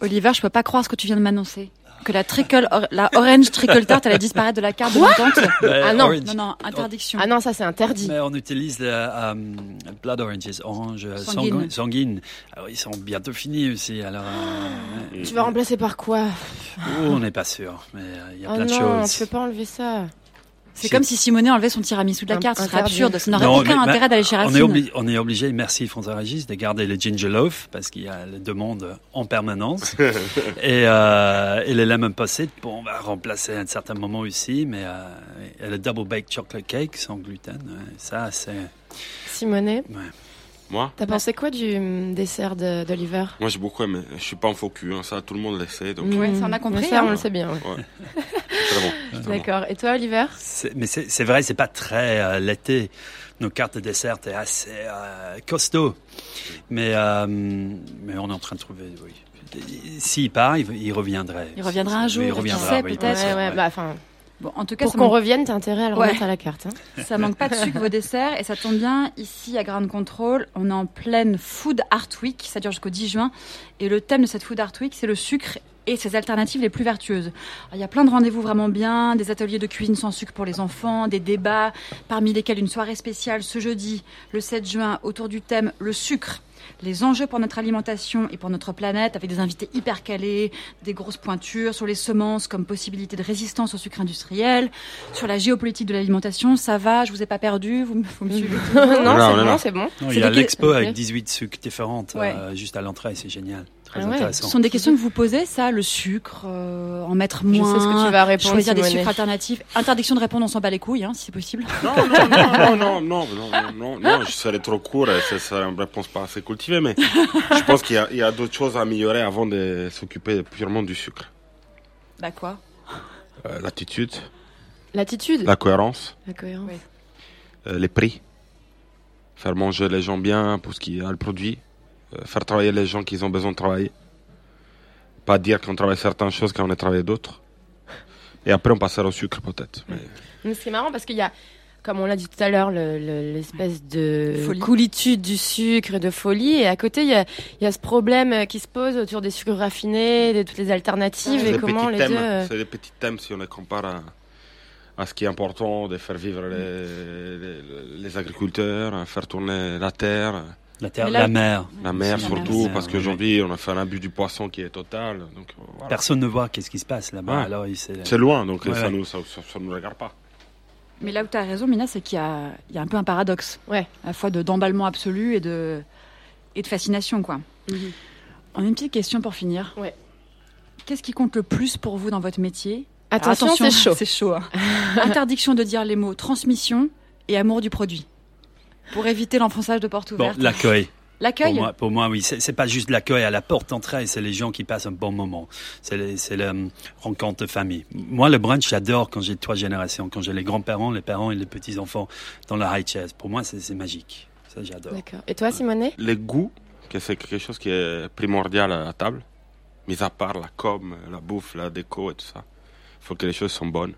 [SPEAKER 3] Oliver, je peux pas croire ce que tu viens de m'annoncer. Que la trickle, or- la orange trickle tarte, elle allait disparaître de la carte de
[SPEAKER 4] What
[SPEAKER 3] l'entente.
[SPEAKER 9] Mais
[SPEAKER 6] Bah,
[SPEAKER 3] Ah non,
[SPEAKER 9] orange-
[SPEAKER 3] non, non, interdiction.
[SPEAKER 4] Ah non, ça c'est interdit.
[SPEAKER 9] Mais on utilise le euh, blood oranges, oranges euh,
[SPEAKER 4] Sanguine.
[SPEAKER 9] sanguines. sanguines. Alors, ils sont bientôt finis aussi. Alors, euh,
[SPEAKER 4] Ah, Tu vas remplacer par quoi
[SPEAKER 9] Oh, on n'est pas sûr, mais euh, il y a
[SPEAKER 4] Oh
[SPEAKER 9] plein de
[SPEAKER 4] non,
[SPEAKER 9] choses.
[SPEAKER 4] tu peux pas enlever ça.
[SPEAKER 3] C'est comme si Simonet enlevait son tiramisu de la carte. Ce serait
[SPEAKER 4] Interdit.
[SPEAKER 3] absurde. Ça n'aurait
[SPEAKER 9] Non,
[SPEAKER 3] aucun
[SPEAKER 9] mais- mais
[SPEAKER 3] intérêt d'aller chez
[SPEAKER 9] on est,
[SPEAKER 3] Racine.
[SPEAKER 9] obli- on est obligé, merci François Régis, de garder le ginger loaf parce qu'il y a la demande en permanence. et, euh, et le lemon posset, bon, on va remplacer à un certain moment aussi, mais euh, et le double baked chocolate cake sans gluten, ouais, ça c'est.
[SPEAKER 4] Simonet,
[SPEAKER 6] Moi
[SPEAKER 4] t'as pensé quoi du hum, dessert de- d'Oliver
[SPEAKER 6] Moi j'ai beaucoup aimé. Je suis pas un faux cul, hein, ça tout le monde le sait. Donc...
[SPEAKER 4] Ouais, ça, on a compris, Mais ça, hein. on le sait bien, ouais.
[SPEAKER 6] Ouais. Très bon.
[SPEAKER 9] Ah,
[SPEAKER 6] très bon.
[SPEAKER 4] D'accord. Et toi, Oliver
[SPEAKER 9] C'est- Mais c'est c'est vrai, c'est pas très euh, l'été. Nos cartes de dessert est assez euh, costaud. Mais, euh, mais on est en train de trouver, oui. S'il part, il, il reviendrait.
[SPEAKER 3] Il reviendra un jour,
[SPEAKER 9] Il
[SPEAKER 3] qui
[SPEAKER 9] reviendra,
[SPEAKER 3] sait,
[SPEAKER 9] oui, bien
[SPEAKER 3] peut-être.
[SPEAKER 9] sûr,
[SPEAKER 4] ouais,
[SPEAKER 9] ouais.
[SPEAKER 4] bah, enfin,
[SPEAKER 3] Bon, en tout cas,
[SPEAKER 4] Pour
[SPEAKER 3] ça
[SPEAKER 4] qu'on
[SPEAKER 3] manque-
[SPEAKER 4] revienne, t'as intérêt à le
[SPEAKER 3] Ouais.
[SPEAKER 4] remettre à la carte. hein.
[SPEAKER 3] Ça manque pas de sucre vos desserts et ça tombe bien. Ici à Grand Control, on est en pleine Food Art Week. Ça dure jusqu'au 10 juin et le thème de cette Food Art Week, c'est le sucre et ses alternatives les plus vertueuses. Alors, Il y a plein de rendez-vous vraiment bien, des ateliers de cuisine sans sucre pour les enfants, des débats, parmi lesquels une soirée spéciale ce jeudi, le 7 juin, autour du thème le sucre les enjeux pour notre alimentation et pour notre planète, avec des invités hyper calés, des grosses pointures sur les semences comme possibilité de résistance au sucre industriel, sur la géopolitique de l'alimentation. Ça va, je vous ai pas perdu, vous, me- vous me suivez toujours
[SPEAKER 4] Non,
[SPEAKER 9] Là,
[SPEAKER 4] c'est
[SPEAKER 9] on
[SPEAKER 4] bon,
[SPEAKER 9] est là.
[SPEAKER 4] c'est bon.
[SPEAKER 9] Non,
[SPEAKER 3] C'est
[SPEAKER 9] il y a
[SPEAKER 3] des que-
[SPEAKER 9] l'expo
[SPEAKER 3] Ok.
[SPEAKER 9] avec 18 sucres différentes
[SPEAKER 3] Ouais.
[SPEAKER 9] euh, juste à l'entrée, c'est génial. Très
[SPEAKER 3] Ah ouais.
[SPEAKER 9] intéressant.
[SPEAKER 3] Ce sont des questions que vous posez, ça, le sucre, euh, en mettre
[SPEAKER 4] Je sais
[SPEAKER 3] moins,
[SPEAKER 4] ce que tu vas répondre,
[SPEAKER 3] choisir des
[SPEAKER 4] Simonet.
[SPEAKER 3] sucres alternatifs, interdiction de répondre, on s'en bat les couilles, hein, si c'est possible.
[SPEAKER 6] Non, non, non, non, non, non, non, non, je serais trop court et ce serait une réponse pas assez cultivée, mais je pense qu'il y a, il y a d'autres choses à améliorer avant de s'occuper purement du sucre.
[SPEAKER 3] Bah quoi
[SPEAKER 6] Euh, L'attitude,
[SPEAKER 4] L'attitude.
[SPEAKER 6] la cohérence,
[SPEAKER 4] La cohérence.
[SPEAKER 6] euh, les prix, faire manger les gens bien pour ce qu'il y a le produit, euh, faire travailler les gens qui ont besoin de travailler, pas dire qu'on travaille certaines choses qu'on a travaillé d'autres, et après on passera au sucre peut-être. mais-
[SPEAKER 4] Mais c'est marrant parce qu'il y a, comme on l'a dit tout à l'heure, le- le- l'espèce de
[SPEAKER 3] Folie.
[SPEAKER 4] coulitude du sucre et de folie. Et à côté, il y a, il y a ce problème qui se pose autour des sucres raffinés, de toutes les alternatives
[SPEAKER 6] C'est
[SPEAKER 4] et
[SPEAKER 6] des
[SPEAKER 4] comment
[SPEAKER 6] petits
[SPEAKER 4] les
[SPEAKER 6] thèmes,
[SPEAKER 4] deux. euh,
[SPEAKER 6] C'est des petits thèmes si on les compare à, à ce qui est important, de faire vivre les, les- les agriculteurs, à faire tourner la terre.
[SPEAKER 9] La terre, Mais là- la mer.
[SPEAKER 6] La mer
[SPEAKER 9] La mer,
[SPEAKER 6] surtout,
[SPEAKER 9] c'est-
[SPEAKER 6] parce
[SPEAKER 9] oui,
[SPEAKER 6] qu'aujourd'hui on a fait un abus du poisson qui est total. Donc, euh, voilà.
[SPEAKER 9] Personne ne voit qu'est-ce qui se passe là-bas.
[SPEAKER 6] Ouais.
[SPEAKER 9] alors il s'est-
[SPEAKER 6] C'est loin, donc
[SPEAKER 9] Ouais,
[SPEAKER 6] ça
[SPEAKER 9] ouais.
[SPEAKER 6] nous, ça, ça- ça nous regarde pas.
[SPEAKER 3] Mais là où tu as raison, Mina, c'est qu'il y a, il y a un peu un paradoxe. À la fois de, d'emballement absolu et de, et de fascination, quoi.
[SPEAKER 4] Mhm.
[SPEAKER 3] On a une petite question pour finir. Qu'est-ce qui compte le plus pour vous dans votre métier
[SPEAKER 4] Attention,
[SPEAKER 3] Alors,
[SPEAKER 4] c'est chaud.
[SPEAKER 3] C'est chaud. hein. Interdiction de dire les mots transmission et amour du produit. Pour éviter l'enfonçage de porte
[SPEAKER 9] Bon,
[SPEAKER 3] ouverte.
[SPEAKER 9] l'accueil.
[SPEAKER 3] L'accueil
[SPEAKER 9] pour moi, pour moi, oui. C'est c'est pas juste l'accueil à la porte d'entrée, c'est les gens qui passent un bon moment. C'est les- c'est la hum, rencontre de famille. Moi, le brunch, j'adore quand j'ai trois générations, quand j'ai les grands-parents, les parents et les petits-enfants dans la high chaise. Pour moi, c'est c'est magique. Ça, j'adore.
[SPEAKER 4] D'accord. Et toi, Simonet
[SPEAKER 6] Les goûts, que c'est quelque chose qui est primordial à la table, mis à part la com, la bouffe, la déco et tout ça. Il faut que les choses sont bonnes.